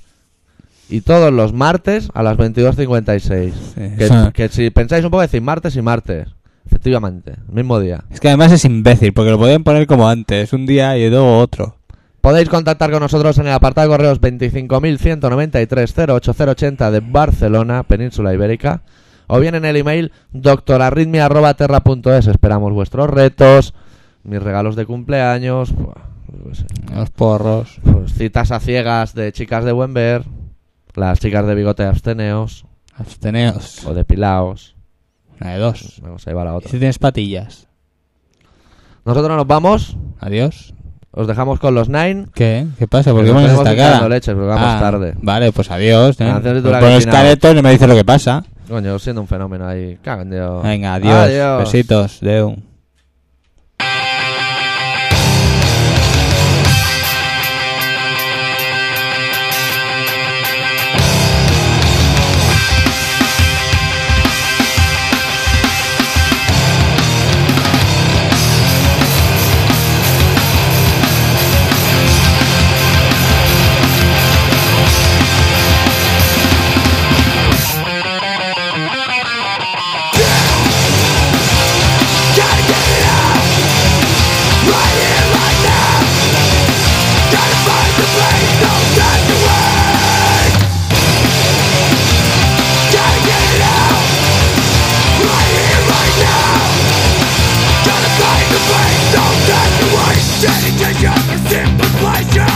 Speaker 1: Y todos los martes a las 22.56.
Speaker 2: Sí,
Speaker 1: que,
Speaker 2: eso-
Speaker 1: que si pensáis un poco, decís martes y martes. Efectivamente, mismo día.
Speaker 2: Es que además es imbécil, porque lo podían poner como antes, un día y luego otro.
Speaker 1: Podéis contactar con nosotros en el apartado de correos 25.193.08080 de Barcelona, Península Ibérica, o bien en el email doctorarritmia.terra.es. Esperamos vuestros retos, mis regalos de cumpleaños, buah, yo qué sé,
Speaker 2: Los porros.
Speaker 1: pues, citas a ciegas de chicas de buen ver, las chicas de bigote absteneos
Speaker 2: Absteneos.
Speaker 1: o depilaos.
Speaker 2: Una de dos.
Speaker 1: Vamos, ahí va la
Speaker 2: Y
Speaker 1: otra.
Speaker 2: si tienes patillas.
Speaker 1: Nosotros nos vamos,
Speaker 2: Adiós.
Speaker 1: os dejamos con los Nine.
Speaker 2: ¿Qué? ¿Qué pasa? ¿Por qué
Speaker 1: Que nos
Speaker 2: pones
Speaker 1: tenemos
Speaker 2: esta
Speaker 1: que ir
Speaker 2: cara?
Speaker 1: dando leches, porque vamos tarde.
Speaker 2: Vale, pues adiós. ¿eh?
Speaker 1: Canción titulada
Speaker 2: Pones
Speaker 1: Cristina.
Speaker 2: caretos y me dices lo que pasa.
Speaker 1: Coño, siendo un fenómeno ahí. Cagan, Dios.
Speaker 2: Venga, adiós. Besitos. Deu.
Speaker 5: Contemplation